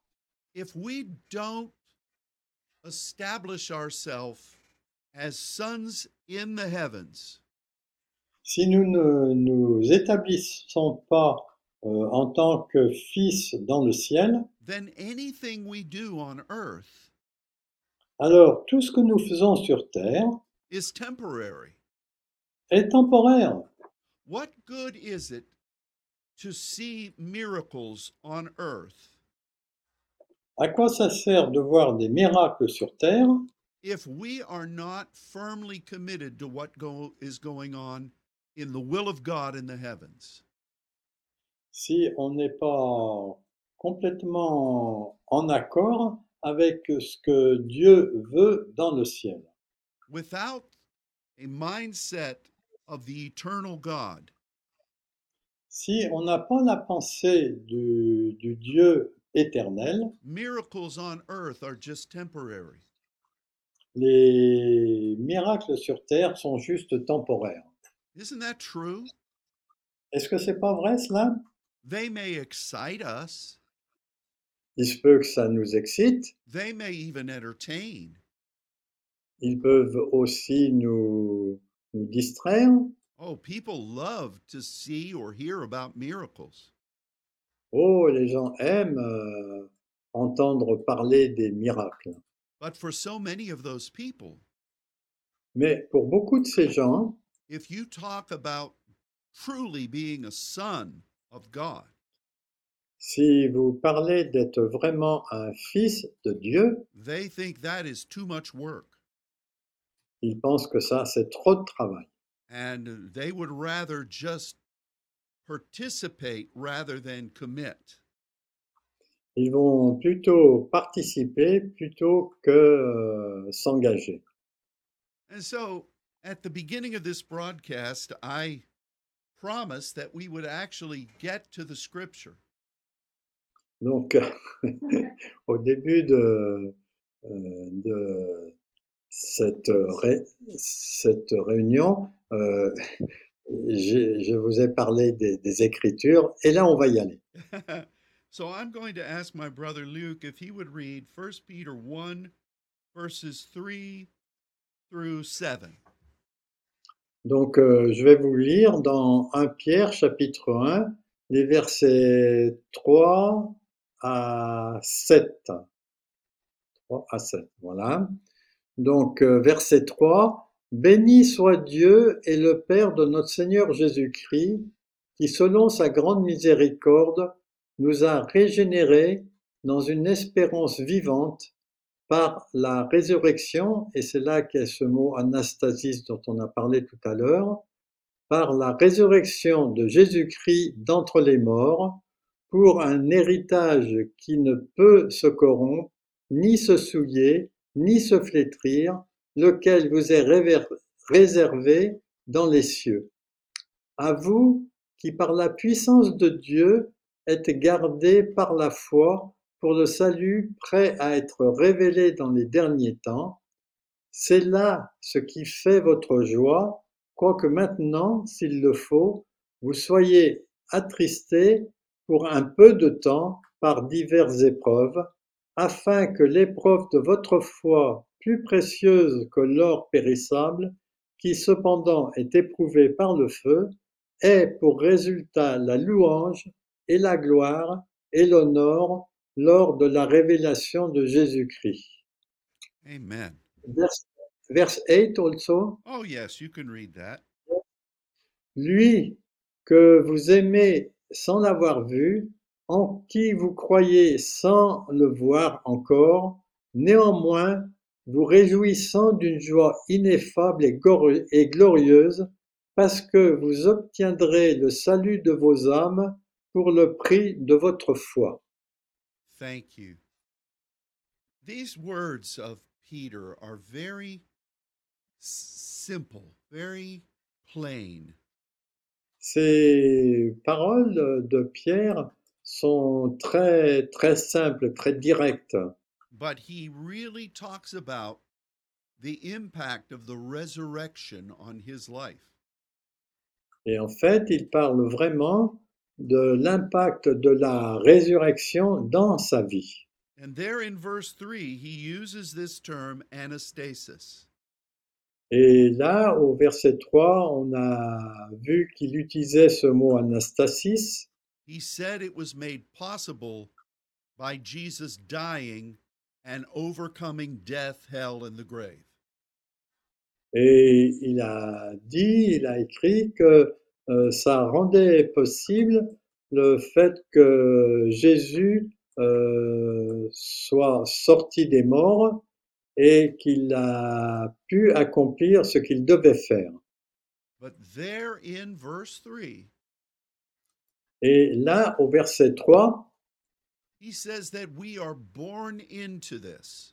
Speaker 2: if we don't establish ourselves as sons in the heavens,
Speaker 1: si nous ne nous établissons pas euh, en tant que fils dans le ciel,
Speaker 2: then anything we do on earth
Speaker 1: alors tout ce que nous faisons sur terre
Speaker 2: is temporary.
Speaker 1: est temporaire.
Speaker 2: What good is it to see miracles on earth
Speaker 1: À quoi ça sert de voir des miracles sur terre
Speaker 2: if we are not firmly committed to what go- is going on in the will of God in the heavens?
Speaker 1: si on n'est pas complètement en accord avec ce que Dieu veut dans le ciel
Speaker 2: Without a mindset of the eternal God,
Speaker 1: Si on n'a pas la pensée du, du Dieu éternel,
Speaker 2: miracles on earth are just temporary.
Speaker 1: les miracles sur terre sont juste temporaires.
Speaker 2: Isn't that true?
Speaker 1: Est-ce que c'est pas vrai cela
Speaker 2: They may excite us,
Speaker 1: Il se peut que ça nous excite,
Speaker 2: they may even entertain.
Speaker 1: ils peuvent aussi nous, nous distraire.
Speaker 2: Oh, people love to see or hear about miracles.
Speaker 1: Oh, les gens aiment euh, entendre parler des miracles.
Speaker 2: But for so many of those people,
Speaker 1: Mais pour beaucoup de ces gens,
Speaker 2: if you talk about truly being a son of God,
Speaker 1: si vous parlez d'être vraiment un fils de Dieu,
Speaker 2: they think that is too much work
Speaker 1: ils pensent que ça, c'est trop de travail.
Speaker 2: and they would rather just participate rather than commit.
Speaker 1: Ils vont plutôt participer plutôt que euh, s'engager.
Speaker 2: And so at the beginning of this broadcast, I promised that we would actually get to the scripture.
Speaker 1: Donc, au début de, euh, de cette, ré- cette réunion, euh, j'ai- je vous ai parlé des, des Écritures et là, on va y aller.
Speaker 2: so I'm going to ask my brother Luke if he would read 1 Peter 1, verses 3 through 7.
Speaker 1: Donc, euh, je vais vous lire dans 1 Pierre, chapitre 1, les versets 3 à 7. 3 à 7, voilà. Donc, euh, verset 3. Béni soit Dieu et le Père de notre Seigneur Jésus-Christ, qui selon sa grande miséricorde nous a régénérés dans une espérance vivante par la résurrection, et c'est là qu'est ce mot anastasis dont on a parlé tout à l'heure, par la résurrection de Jésus-Christ d'entre les morts, pour un héritage qui ne peut se corrompre, ni se souiller, ni se flétrir, lequel vous est réver- réservé dans les cieux. À vous qui par la puissance de Dieu êtes gardés par la foi pour le salut prêt à être révélé dans les derniers temps. C'est là ce qui fait votre joie, quoique maintenant, s'il le faut, vous soyez attristés pour un peu de temps par diverses épreuves, afin que l'épreuve de votre foi, plus précieuse que l'or périssable, qui cependant est éprouvée par le feu, ait pour résultat la louange et la gloire et l'honneur lors de la révélation de Jésus-Christ.
Speaker 2: Amen.
Speaker 1: Verse, verse 8 also,
Speaker 2: Oh, yes, you can read that.
Speaker 1: lui que vous aimez sans l'avoir vu, en qui vous croyez sans le voir encore, néanmoins vous réjouissant d'une joie ineffable et gor- et glorieuse, parce que vous obtiendrez le salut de vos âmes pour le prix de votre foi.
Speaker 2: Thank you. These words of Peter are very s- simple, very plain.
Speaker 1: Ces paroles de Pierre sont très très simples, très directes,
Speaker 2: but he really talks about the impact of the resurrection on his life.
Speaker 1: et en fait, il parle vraiment de l'impact de la résurrection dans sa vie.
Speaker 2: And there in verse 3, he uses this term anastasis.
Speaker 1: Et là, au verset 3, on a vu qu'il utilisait ce mot anastasis.
Speaker 2: He said it was made possible by Jesus dying and overcoming death, hell, and the grave.
Speaker 1: Et il a dit, il a écrit que euh, ça rendait possible le fait que Jésus euh, soit sorti des morts et qu'il a pu accomplir ce qu'il devait faire.
Speaker 2: But there in verse 3,
Speaker 1: Et là, au verset 3,
Speaker 2: he says that we are born into this.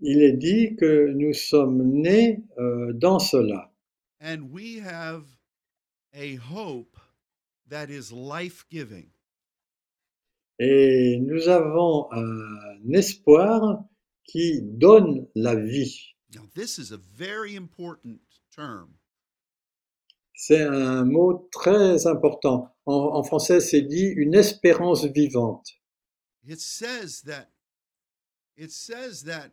Speaker 1: il est dit que nous sommes nés euh, dans cela.
Speaker 2: and we have a hope that is life giving.
Speaker 1: Et nous avons un espoir qui donne la vie.
Speaker 2: Now, this is a very important term.
Speaker 1: C'est un mot très important. En, en français, c'est dit une espérance vivante.
Speaker 2: It says that it says that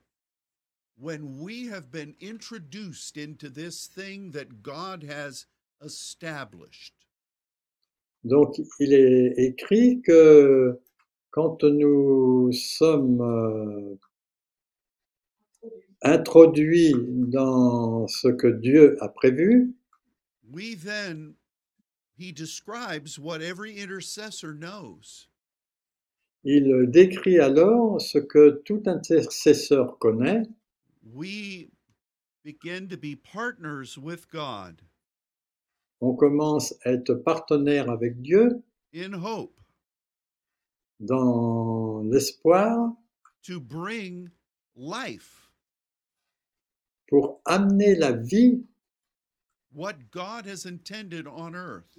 Speaker 2: when we have been introduced into this thing that God has established,
Speaker 1: Donc, il est écrit que quand nous sommes euh, introduits dans ce que Dieu a prévu,
Speaker 2: we then he describes what every intercessor knows.
Speaker 1: il décrit alors ce que tout intercesseur connaît.
Speaker 2: We begin to be partners with God
Speaker 1: On commence à être partenaire avec Dieu
Speaker 2: in hope.
Speaker 1: dans l'espoir
Speaker 2: to bring life.
Speaker 1: pour amener la vie
Speaker 2: What God has intended on earth,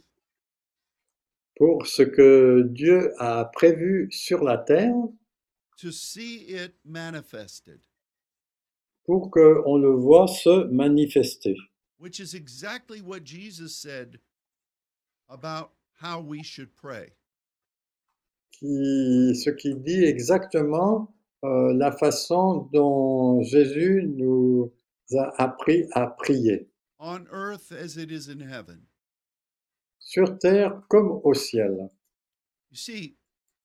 Speaker 1: pour ce que Dieu a prévu sur la terre
Speaker 2: to see it manifested,
Speaker 1: pour qu'on le voit se manifester.
Speaker 2: which is exactly what Jesus said about how we should pray.
Speaker 1: Qui- ce qui dit exactement euh, la façon dont Jésus nous a appris à prier,
Speaker 2: On earth as it is in heaven.
Speaker 1: sur terre comme au ciel.
Speaker 2: You see,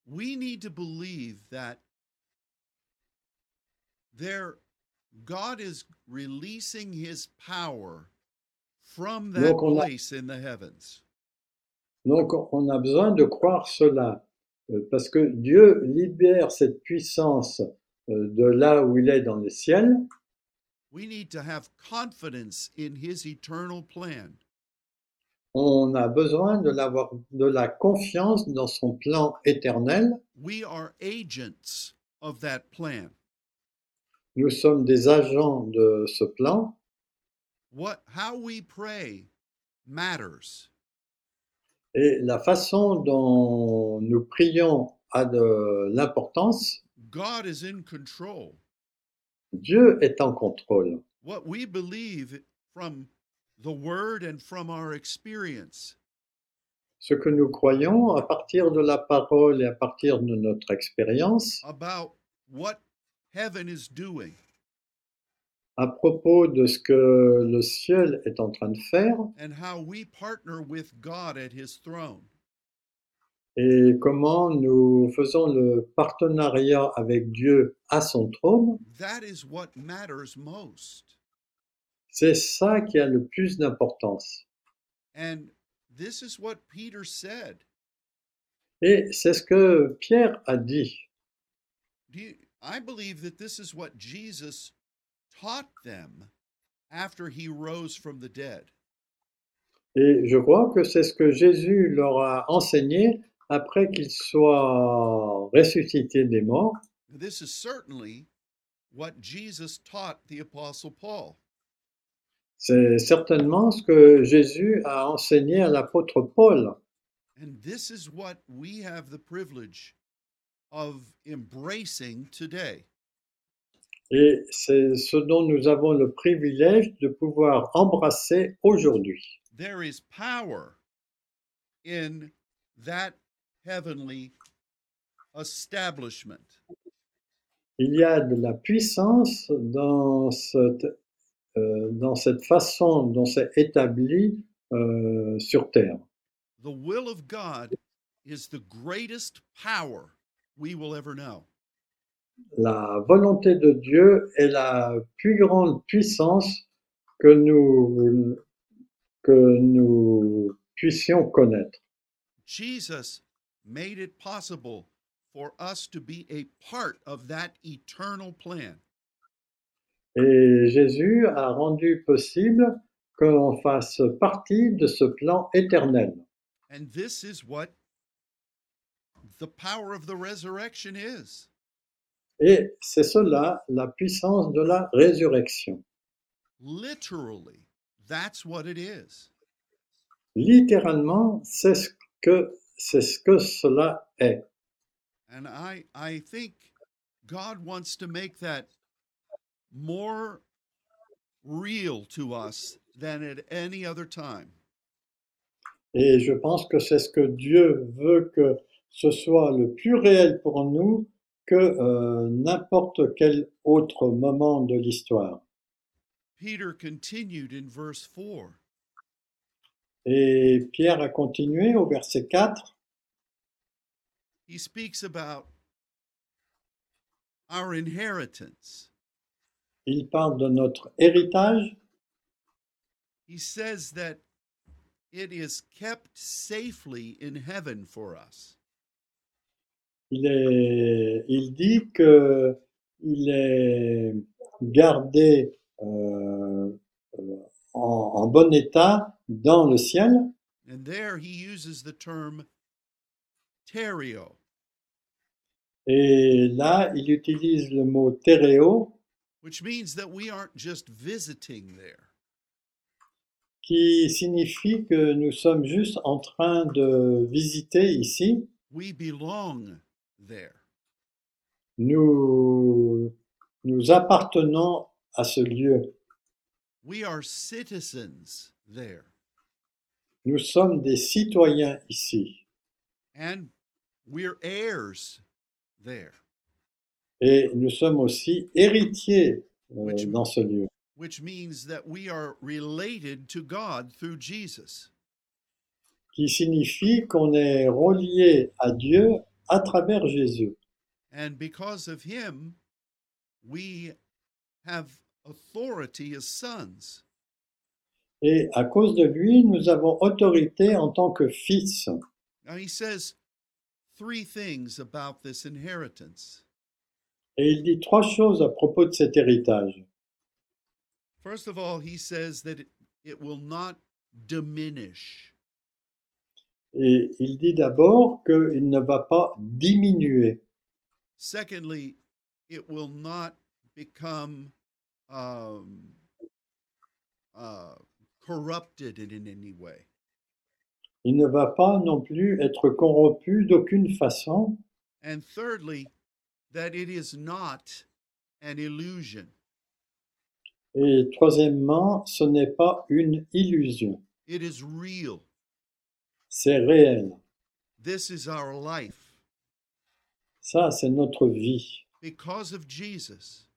Speaker 2: we need to believe that there God is releasing his power from that
Speaker 1: Local-
Speaker 2: place in the heavens.
Speaker 1: Donc on a besoin de croire cela, euh, parce que Dieu libère cette puissance euh, de là où il est dans le ciel.
Speaker 2: We need to have confidence in his eternal plan.
Speaker 1: On a besoin de, l'avoir- de la confiance dans son plan éternel.
Speaker 2: We are agents of that plan.
Speaker 1: Nous sommes des agents de ce plan.
Speaker 2: What how we pray matters.
Speaker 1: Et la façon dont nous prions a de l'importance.
Speaker 2: God is in control.
Speaker 1: Dieu est en contrôle.
Speaker 2: What we believe from the word and from our experience
Speaker 1: Ce que nous croyons à partir de la parole et à partir de notre expérience,
Speaker 2: about what heaven is doing
Speaker 1: à propos de ce que le ciel est en train de faire
Speaker 2: and how we partner with God at his throne.
Speaker 1: et comment nous faisons le partenariat avec Dieu à son trône,
Speaker 2: That is what matters most.
Speaker 1: c'est ça qui a le plus d'importance.
Speaker 2: And this is what Peter said.
Speaker 1: Et c'est ce que Pierre a dit.
Speaker 2: Do you, I believe that this is what Jesus taught them after he rose from the dead.
Speaker 1: Et je crois que c'est ce que Jésus leur a enseigné après qu'il soit ressuscité des morts.
Speaker 2: This is certainly what Jesus taught the Apostle Paul.
Speaker 1: C'est certainement ce que Jésus a enseigné à l'apôtre Paul.
Speaker 2: And this is what we have the privilege of embracing today.
Speaker 1: Et c'est ce dont nous avons le privilège de pouvoir embrasser aujourd'hui.
Speaker 2: There is power in that heavenly establishment.
Speaker 1: Il y a de la puissance dans cette, euh, dans cette façon dont c'est établi euh, sur Terre.
Speaker 2: The will of God is the greatest power we will ever know.
Speaker 1: La volonté de Dieu est la plus grande puissance que nous, que nous puissions connaître.
Speaker 2: Jesus made it possible for us to be a part of that eternal plan.
Speaker 1: Et Jésus a rendu possible qu'on fasse partie de ce plan éternel.
Speaker 2: And this is what the power of the resurrection is.
Speaker 1: Et c'est cela la puissance de la résurrection.
Speaker 2: Literally, that's what it is.
Speaker 1: Littéralement, c'est ce que c'est ce que cela est.
Speaker 2: And I I think God wants to make that more real to us than at any other time.
Speaker 1: Et je pense que c'est ce que Dieu veut que ce soit le plus réel pour nous que euh, n'importe quel autre moment de l'histoire.
Speaker 2: Peter continued in verse 4.
Speaker 1: Et Pierre a continué au verset 4.
Speaker 2: He speaks about our inheritance.
Speaker 1: Il parle de notre héritage.
Speaker 2: He says that it is kept safely in heaven for us.
Speaker 1: Il, est, il dit que il est gardé euh, euh, en, en bon état dans le ciel.
Speaker 2: And there he uses the term terio.
Speaker 1: Et là, il utilise le mot tereo
Speaker 2: which means that we aren't just visiting there.
Speaker 1: qui signifie que nous sommes juste en train de visiter ici.
Speaker 2: We belong there.
Speaker 1: Nous, nous appartenons à ce lieu.
Speaker 2: We are citizens there.
Speaker 1: Nous sommes des citoyens ici
Speaker 2: And we're heirs there,
Speaker 1: et nous sommes aussi héritiers euh,
Speaker 2: Which-
Speaker 1: dans ce lieu.
Speaker 2: which means that we are related to God through Jesus.
Speaker 1: qui signifie qu'on est relié à Dieu à travers Jésus.
Speaker 2: And because of him, we have authority as sons.
Speaker 1: Et à cause de lui, nous avons autorité en tant que fils.
Speaker 2: Now he says three things about this inheritance.
Speaker 1: Et il dit trois choses à propos de cet héritage.
Speaker 2: First of all, he says that it, it will not diminish.
Speaker 1: Et il dit d'abord qu'il ne va pas diminuer.
Speaker 2: Secondly, it will not become um, uh, corrupted in, in any way.
Speaker 1: Il ne va pas non plus être corrompu d'aucune façon.
Speaker 2: And thirdly, that it is not an illusion.
Speaker 1: Et troisièmement, ce n'est pas une illusion,
Speaker 2: It is real.
Speaker 1: c'est réel.
Speaker 2: This is our life.
Speaker 1: Ça, c'est notre vie.
Speaker 2: Because of Jesus,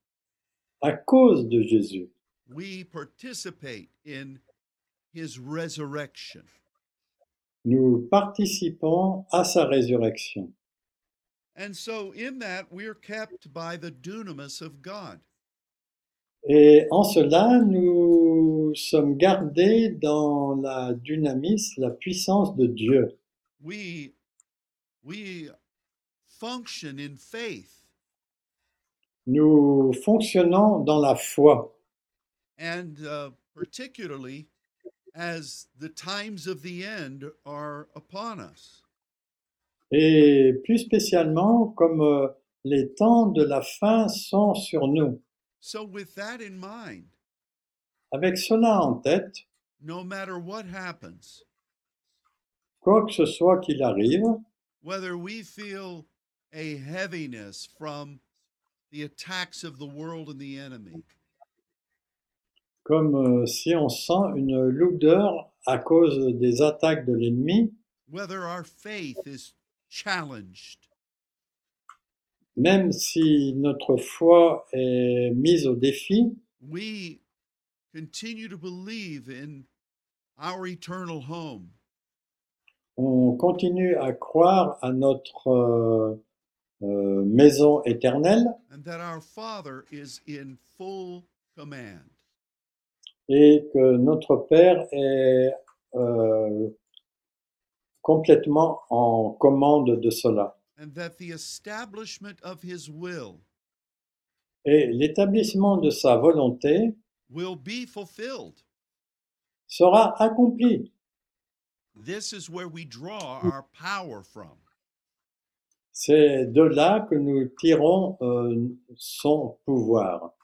Speaker 1: À cause de Jésus,
Speaker 2: we participate in his resurrection.
Speaker 1: nous participons à sa résurrection.
Speaker 2: And so, in that, we're kept by the dunamis of God.
Speaker 1: Et en cela, nous sommes gardés dans la dynamis, la puissance de Dieu.
Speaker 2: We, we function in faith,
Speaker 1: Nous fonctionnons dans la foi,
Speaker 2: and uh, particularly as the times of the end are upon us.
Speaker 1: et plus spécialement comme euh, les temps de la fin sont sur nous.
Speaker 2: So, with that in mind,
Speaker 1: Avec cela en tête,
Speaker 2: no matter what happens,
Speaker 1: quoi que ce soit qu'il arrive,
Speaker 2: whether we feel a heaviness from the attacks of the world and the enemy,
Speaker 1: comme euh, si on sent une lourdeur à cause des attaques de l'ennemi,
Speaker 2: whether our faith is challenged,
Speaker 1: même si notre foi est mise au défi,
Speaker 2: we continue to believe in our eternal home,
Speaker 1: on continue à croire à notre euh, euh, maison éternelle
Speaker 2: and that our Father is in full command.
Speaker 1: et que notre Père est euh, complètement en commande de cela.
Speaker 2: And that the establishment of his will
Speaker 1: Et l'établissement de sa volonté
Speaker 2: will be fulfilled.
Speaker 1: sera accompli.
Speaker 2: This is where we draw our power from.
Speaker 1: C'est de là que nous tirons euh, son pouvoir.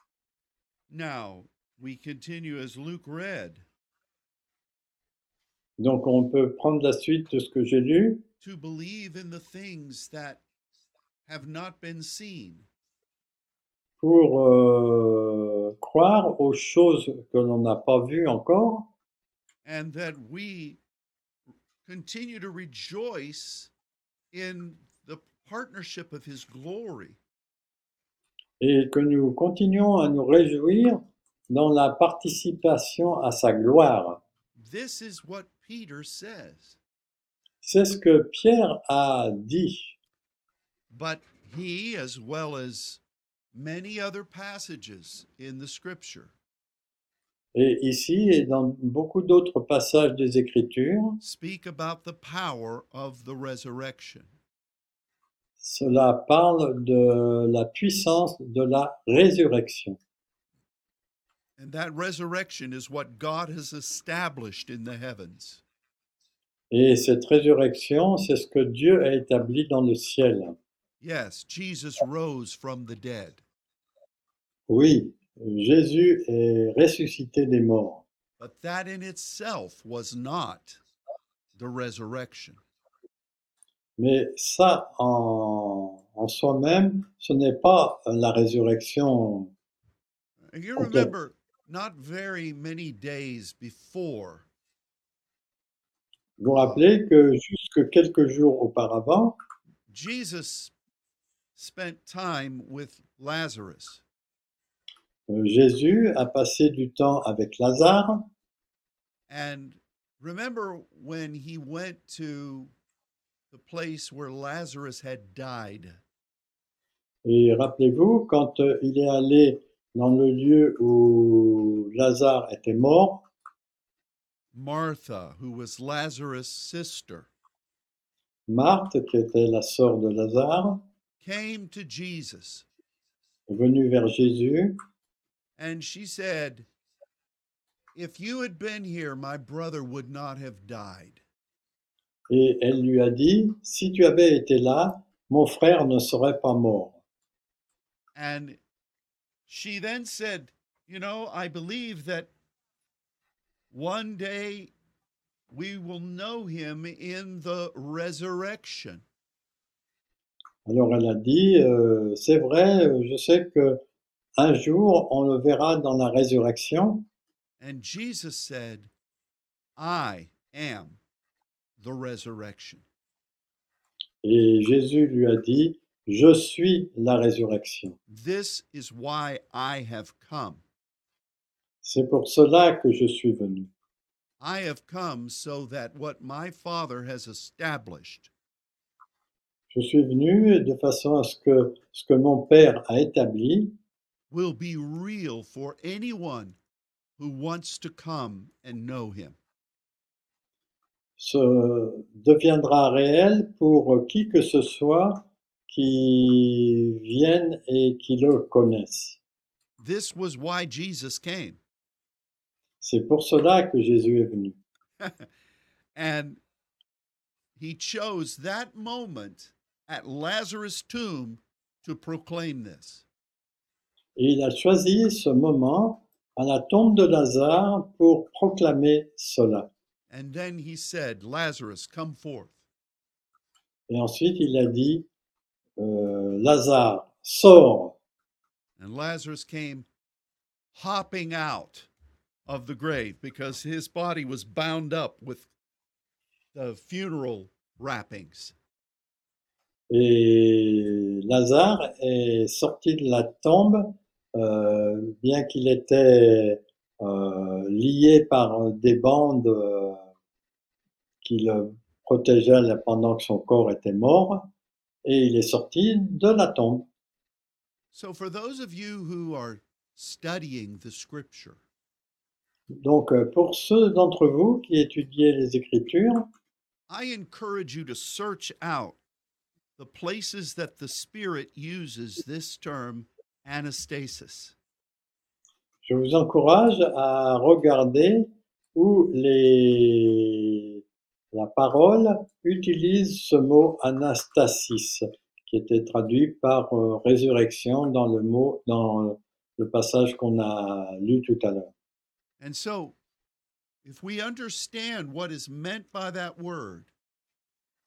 Speaker 2: Now, we continue as Luke read.
Speaker 1: Donc on peut prendre la suite de ce que j'ai lu.
Speaker 2: to believe in the things that have not been seen,
Speaker 1: pour euh, croire aux choses que l'on n'a pas vues encore
Speaker 2: and that we continue to rejoice in the partnership of His glory.
Speaker 1: et que nous continuons à nous réjouir dans la participation à sa gloire.
Speaker 2: This is what Peter says.
Speaker 1: C'est ce que Pierre a dit,
Speaker 2: But he, as well as many other passages in the scripture,
Speaker 1: et ici et dans beaucoup d'autres passages des Écritures,
Speaker 2: speak about the power of the resurrection.
Speaker 1: cela parle de la puissance de la résurrection.
Speaker 2: And that resurrection is what God has established in the heavens.
Speaker 1: Et cette résurrection, c'est ce que Dieu a établi dans le ciel.
Speaker 2: Yes, Jesus rose from the dead,
Speaker 1: Oui, Jésus est ressuscité des morts.
Speaker 2: but that in itself was not the resurrection.
Speaker 1: Mais ça, en, en soi-même, ce n'est pas la résurrection.
Speaker 2: You
Speaker 1: Okay.
Speaker 2: remember, not very many days before
Speaker 1: Vous vous rappelez que jusque quelques jours auparavant,
Speaker 2: Jesus spent time with Lazarus,
Speaker 1: euh, Jésus a passé du temps avec Lazare.
Speaker 2: and remember when he went to the place where Lazarus had died.
Speaker 1: Et rappelez-vous, quand euh, il est allé dans le lieu où Lazare était mort,
Speaker 2: Martha, who was Lazarus' sister,
Speaker 1: Marthe, qui était la sœur de Lazare,
Speaker 2: came to Jesus
Speaker 1: est venue vers Jésus
Speaker 2: and she said, If you had been here, my brother would not have died.
Speaker 1: et elle lui a dit, Si tu avais été là, mon frère ne serait pas mort.
Speaker 2: And she then said, You know, I believe that one day we will know him in the resurrection.
Speaker 1: Alors elle a dit, euh, c'est vrai, euh, je sais que un jour on le verra dans la résurrection.
Speaker 2: And Jesus said, I am the resurrection.
Speaker 1: Et Jésus lui a dit, je suis la résurrection.
Speaker 2: This is why I have come.
Speaker 1: C'est pour cela que je suis venu.
Speaker 2: I have come so that what my Father has established,
Speaker 1: Je suis venu de façon à ce que ce que mon Père a établi
Speaker 2: will be real for anyone who wants to come and know him.
Speaker 1: se deviendra réel pour qui que ce soit qui vienne et qui le connaisse.
Speaker 2: This was why Jesus came.
Speaker 1: C'est pour cela que Jésus est venu.
Speaker 2: and he chose that moment at Lazarus' tomb to proclaim this.
Speaker 1: Et il a choisi ce moment à la tombe de Lazare pour proclamer cela.
Speaker 2: And then he said, Lazarus, come forth.
Speaker 1: Et ensuite, il a dit, euh, Lazare, sors.
Speaker 2: And Lazarus came hopping out of the grave because his body was bound up with the funeral wrappings.
Speaker 1: Et Lazare est sorti de la tombe, euh, bien qu'il était euh, lié par des bandes euh, qui le protégeaient pendant que son corps était mort, et il est sorti de la tombe.
Speaker 2: So, for those of you who are studying the scripture,
Speaker 1: Donc, euh, pour ceux d'entre vous qui étudiez les Écritures,
Speaker 2: I encourage you to search out the places that the Spirit uses this term anastasis.
Speaker 1: je vous encourage à regarder où les, la parole utilise ce mot anastasis, qui était traduit par euh, résurrection dans le mot, dans le passage qu'on a lu tout à l'heure.
Speaker 2: And so, if we understand what is meant by that word,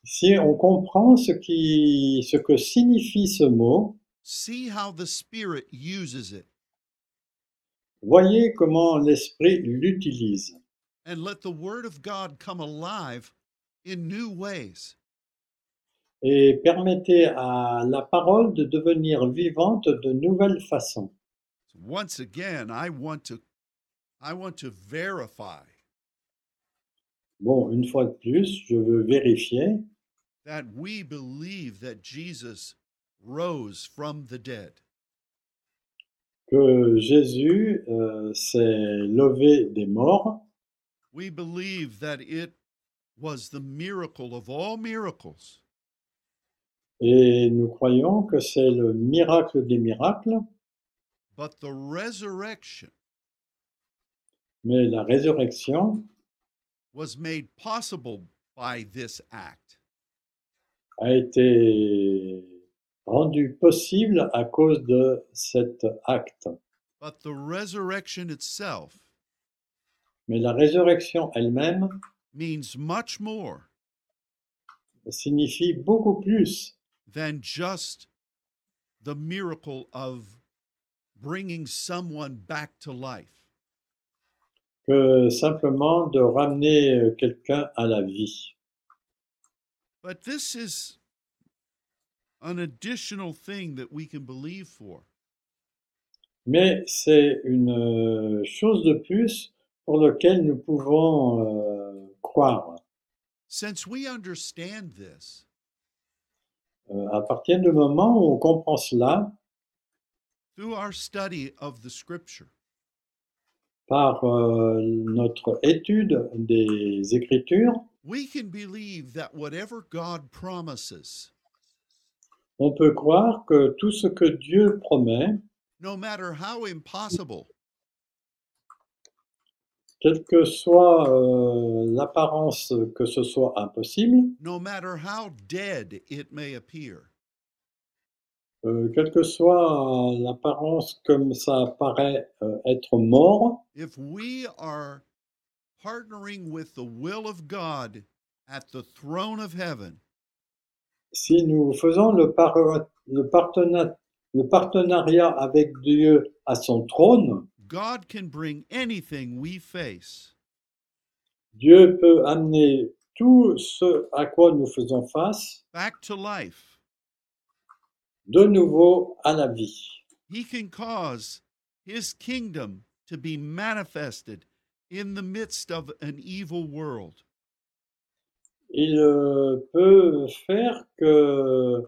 Speaker 1: Si on comprend ce qui, ce que signifie ce mot,
Speaker 2: see how the Spirit uses it,
Speaker 1: voyez comment l'esprit l'utilise
Speaker 2: and let the Word of God come alive in new ways.
Speaker 1: et permettez à la parole de devenir vivante de nouvelles façons.
Speaker 2: Once again, I want to, I want to verify
Speaker 1: Bon, une fois de plus, je veux vérifier
Speaker 2: that we believe that Jesus rose from the dead.
Speaker 1: que Jésus euh, s'est levé des morts.
Speaker 2: We believe that it was the miracle of all miracles
Speaker 1: Et nous croyons que c'est le miracle des miracles,
Speaker 2: But the resurrection
Speaker 1: mais la résurrection
Speaker 2: was made possible by this act.
Speaker 1: a été rendue possible à cause de cet acte.
Speaker 2: But the resurrection itself
Speaker 1: Mais la résurrection elle-même
Speaker 2: means much more
Speaker 1: signifie beaucoup plus
Speaker 2: than just the miracle of bringing someone back to life.
Speaker 1: que simplement de ramener euh, quelqu'un à la vie.
Speaker 2: But this is an additional thing that we can believe for.
Speaker 1: Mais c'est une euh, chose de plus pour laquelle nous pouvons euh, croire.
Speaker 2: Since we understand this,
Speaker 1: Euh, à partir du moment où on comprend cela,
Speaker 2: Through our study of the scripture,
Speaker 1: par euh, notre étude des Écritures,
Speaker 2: we can believe that whatever God promises,
Speaker 1: on peut croire que tout ce que Dieu promet,
Speaker 2: no matter how impossible,
Speaker 1: quelle que soit euh, l'apparence que ce soit impossible,
Speaker 2: no matter how dead it may appear,
Speaker 1: euh, quelle que soit l'apparence comme ça paraît euh, être mort,
Speaker 2: if we are partnering with the will of God at the throne of heaven,
Speaker 1: si nous faisons le, par- le partena- le partenariat avec Dieu à son trône,
Speaker 2: God can bring anything we face
Speaker 1: Dieu peut amener tout ce à quoi nous faisons face
Speaker 2: back to life.
Speaker 1: de nouveau à la vie.
Speaker 2: He can cause his kingdom to be manifested in the midst of an evil world.
Speaker 1: Il euh, peut faire que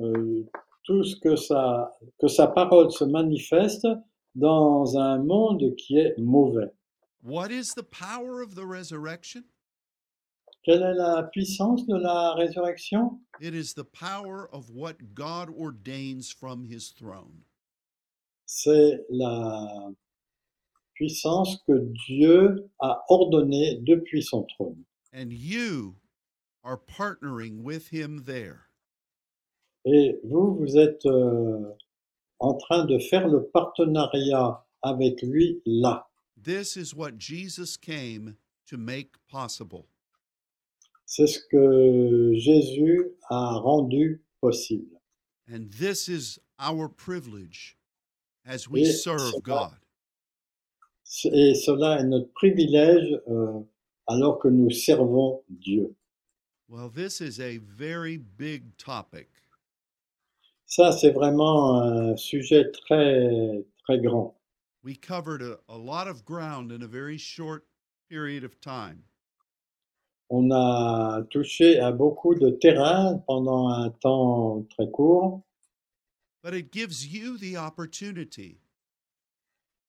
Speaker 1: euh, tout ce que sa, que sa parole se manifeste dans un monde qui est mauvais.
Speaker 2: What is the power of the resurrection?
Speaker 1: Quelle est la puissance de la résurrection
Speaker 2: It is the power of what God ordains from his throne.
Speaker 1: c'est la puissance que Dieu a ordonnée depuis son trône.
Speaker 2: And you are partnering with him there.
Speaker 1: Et vous, vous êtes euh, en train de faire le partenariat avec lui là.
Speaker 2: This is what Jesus came to make possible.
Speaker 1: C'est ce que Jésus a rendu possible.
Speaker 2: And this is our privilege as we
Speaker 1: Yes,
Speaker 2: serve
Speaker 1: Lord.
Speaker 2: God.
Speaker 1: Et cela est notre privilège euh, alors que nous servons Dieu.
Speaker 2: Well, this is a very big topic.
Speaker 1: Ça, c'est vraiment un sujet très, très grand.
Speaker 2: We covered a, a lot of ground in a very short period of time.
Speaker 1: On a touché à beaucoup de terrain pendant un temps très court,
Speaker 2: But it gives you the opportunity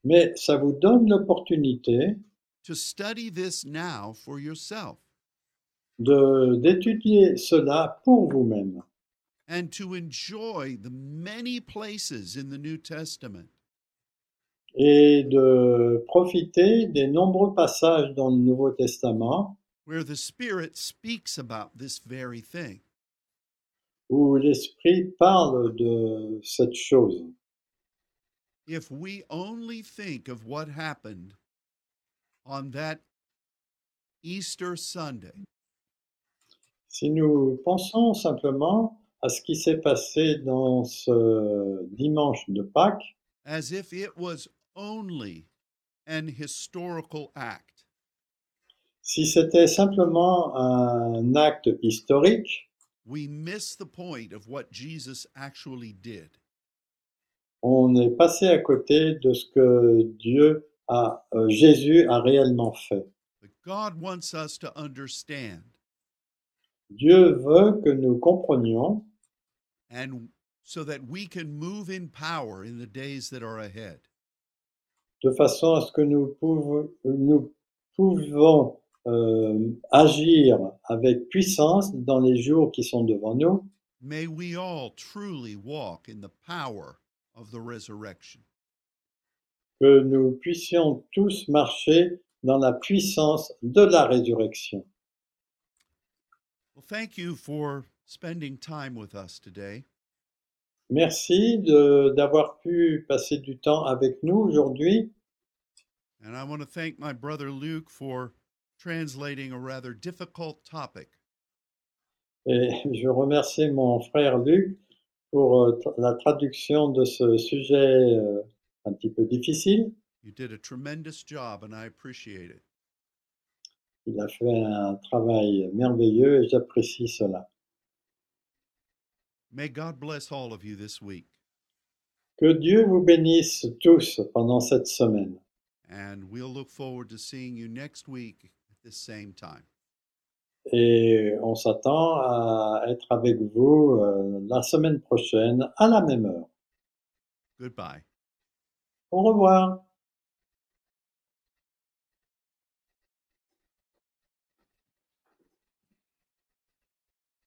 Speaker 1: mais ça vous donne l'opportunité
Speaker 2: to study this now for yourself
Speaker 1: de- d'étudier cela pour vous-même
Speaker 2: and to enjoy the many places in the New Testament
Speaker 1: et de profiter des nombreux passages dans le Nouveau Testament
Speaker 2: where the Spirit speaks about this very thing.
Speaker 1: où l'Esprit parle de cette chose.
Speaker 2: If we only think of what happened on that Easter Sunday,
Speaker 1: Si nous pensons simplement à ce qui s'est passé dans ce dimanche de Pâques,
Speaker 2: as if it was only an historical act.
Speaker 1: si c'était simplement un acte historique,
Speaker 2: We miss the point of what Jesus actually did.
Speaker 1: on est passé à côté de ce que Dieu a, euh, Jésus a réellement fait.
Speaker 2: But God wants us to understand
Speaker 1: Dieu veut que nous comprenions
Speaker 2: and so that we can move in power in the days that are ahead.
Speaker 1: de façon à ce que nous pouvons, nous pouvons euh, agir avec puissance dans les jours qui sont devant nous.
Speaker 2: May we all truly walk in the power of the resurrection.
Speaker 1: Que nous puissions tous marcher dans la puissance de la résurrection.
Speaker 2: Well, thank you for spending time with us today.
Speaker 1: Merci de- d'avoir pu passer du temps avec nous aujourd'hui.
Speaker 2: And I want to thank my brother Luke for translating a rather difficult topic.
Speaker 1: Et je remercie mon frère Luc pour euh, tra- la traduction de ce sujet euh, un petit peu difficile.
Speaker 2: You did a tremendous job, and I appreciate it.
Speaker 1: Il a fait un travail merveilleux et j'apprécie cela.
Speaker 2: May God bless all of you this week,
Speaker 1: Que Dieu vous bénisse tous pendant cette semaine.
Speaker 2: and we'll look forward to seeing you next week at this same time.
Speaker 1: et on s'attend à être avec vous euh, la semaine prochaine à la même heure.
Speaker 2: Goodbye.
Speaker 1: Au revoir.